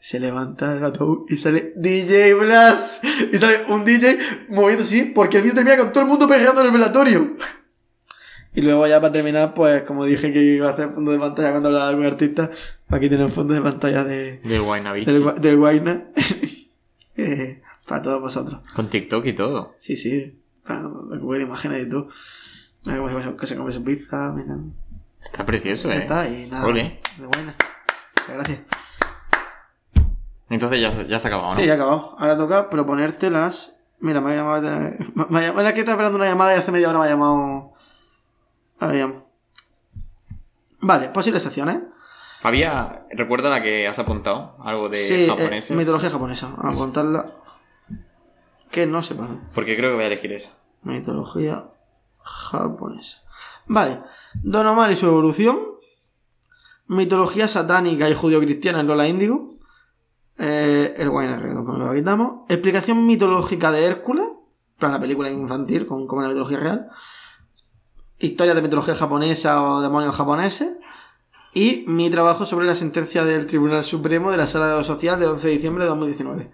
B: Se levanta el gato y sale DJ Blas. Y sale un DJ moviendo así, porque el vídeo termina con todo el mundo pegando en el velatorio. Y luego ya para terminar, pues como dije que iba a hacer fondo de pantalla cuando hablaba de algún artista, aquí tenemos fondo de pantalla de,
A: Del Guaynabichi.
B: del, gua- del Guayna. Eh, para todos vosotros.
A: Con TikTok y todo.
B: Sí, sí. Para ver imágenes y todo. Mira cómo se come su- que se come su pizza, mira.
A: Está precioso,
B: Ya
A: eh.
B: está, y nada.
A: Ole.
B: De buena. Muchas gracias.
A: Entonces ya, ya se ha acabado, Ah, ¿no?
B: Sí, ya acabado. Ahora toca proponerte las. Mira, me ha llamado. Me, me ha llamado. Es que estaba esperando una llamada y hace media hora me ha llamado. Ahora llamo. Vale, posibles acciones.
A: Había... Recuerda la que has apuntado. Algo de
B: sí, eh,
A: japoneses.
B: mitología japonesa. A contarla. Que no se pasa.
A: Porque creo que voy a elegir esa.
B: Mitología japonesa. Vale. Don Omar y su evolución. Mitología satánica y judío-cristiana en Lola Índigo. Eh, el guay en el reggaetón, como lo quitamos. Explicación mitológica de Hércules. en plan, la película infantil, con, como en la mitología real. Historia de mitología japonesa o demonios japoneses. Y mi trabajo sobre la sentencia del Tribunal Supremo de la Sala de lo Social de 11 de diciembre de 2019.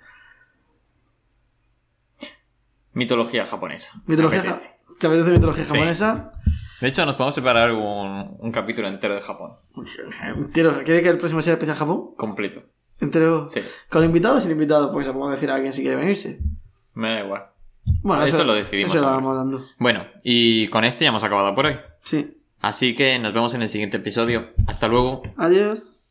A: Mitología japonesa.
B: Mitología
A: Me
B: ja-
A: apetece.
B: ¿Te apetece mitología
A: Sí.
B: japonesa?
A: De hecho, nos podemos preparar un, un capítulo entero de Japón.
B: Entero, ¿Quieres que el próximo sea especial Japón?
A: Completo.
B: Entero.
A: Sí.
B: ¿Con invitados o sin invitados? Porque se lo podemos decir a alguien si quiere venirse.
A: Me da igual.
B: Bueno,
A: Eso lo decidimos
B: Eso lo
A: ahora.
B: vamos hablando.
A: Bueno, y con esto ya hemos acabado por hoy.
B: Sí.
A: Así que nos vemos en el siguiente episodio. Hasta luego.
B: Adiós.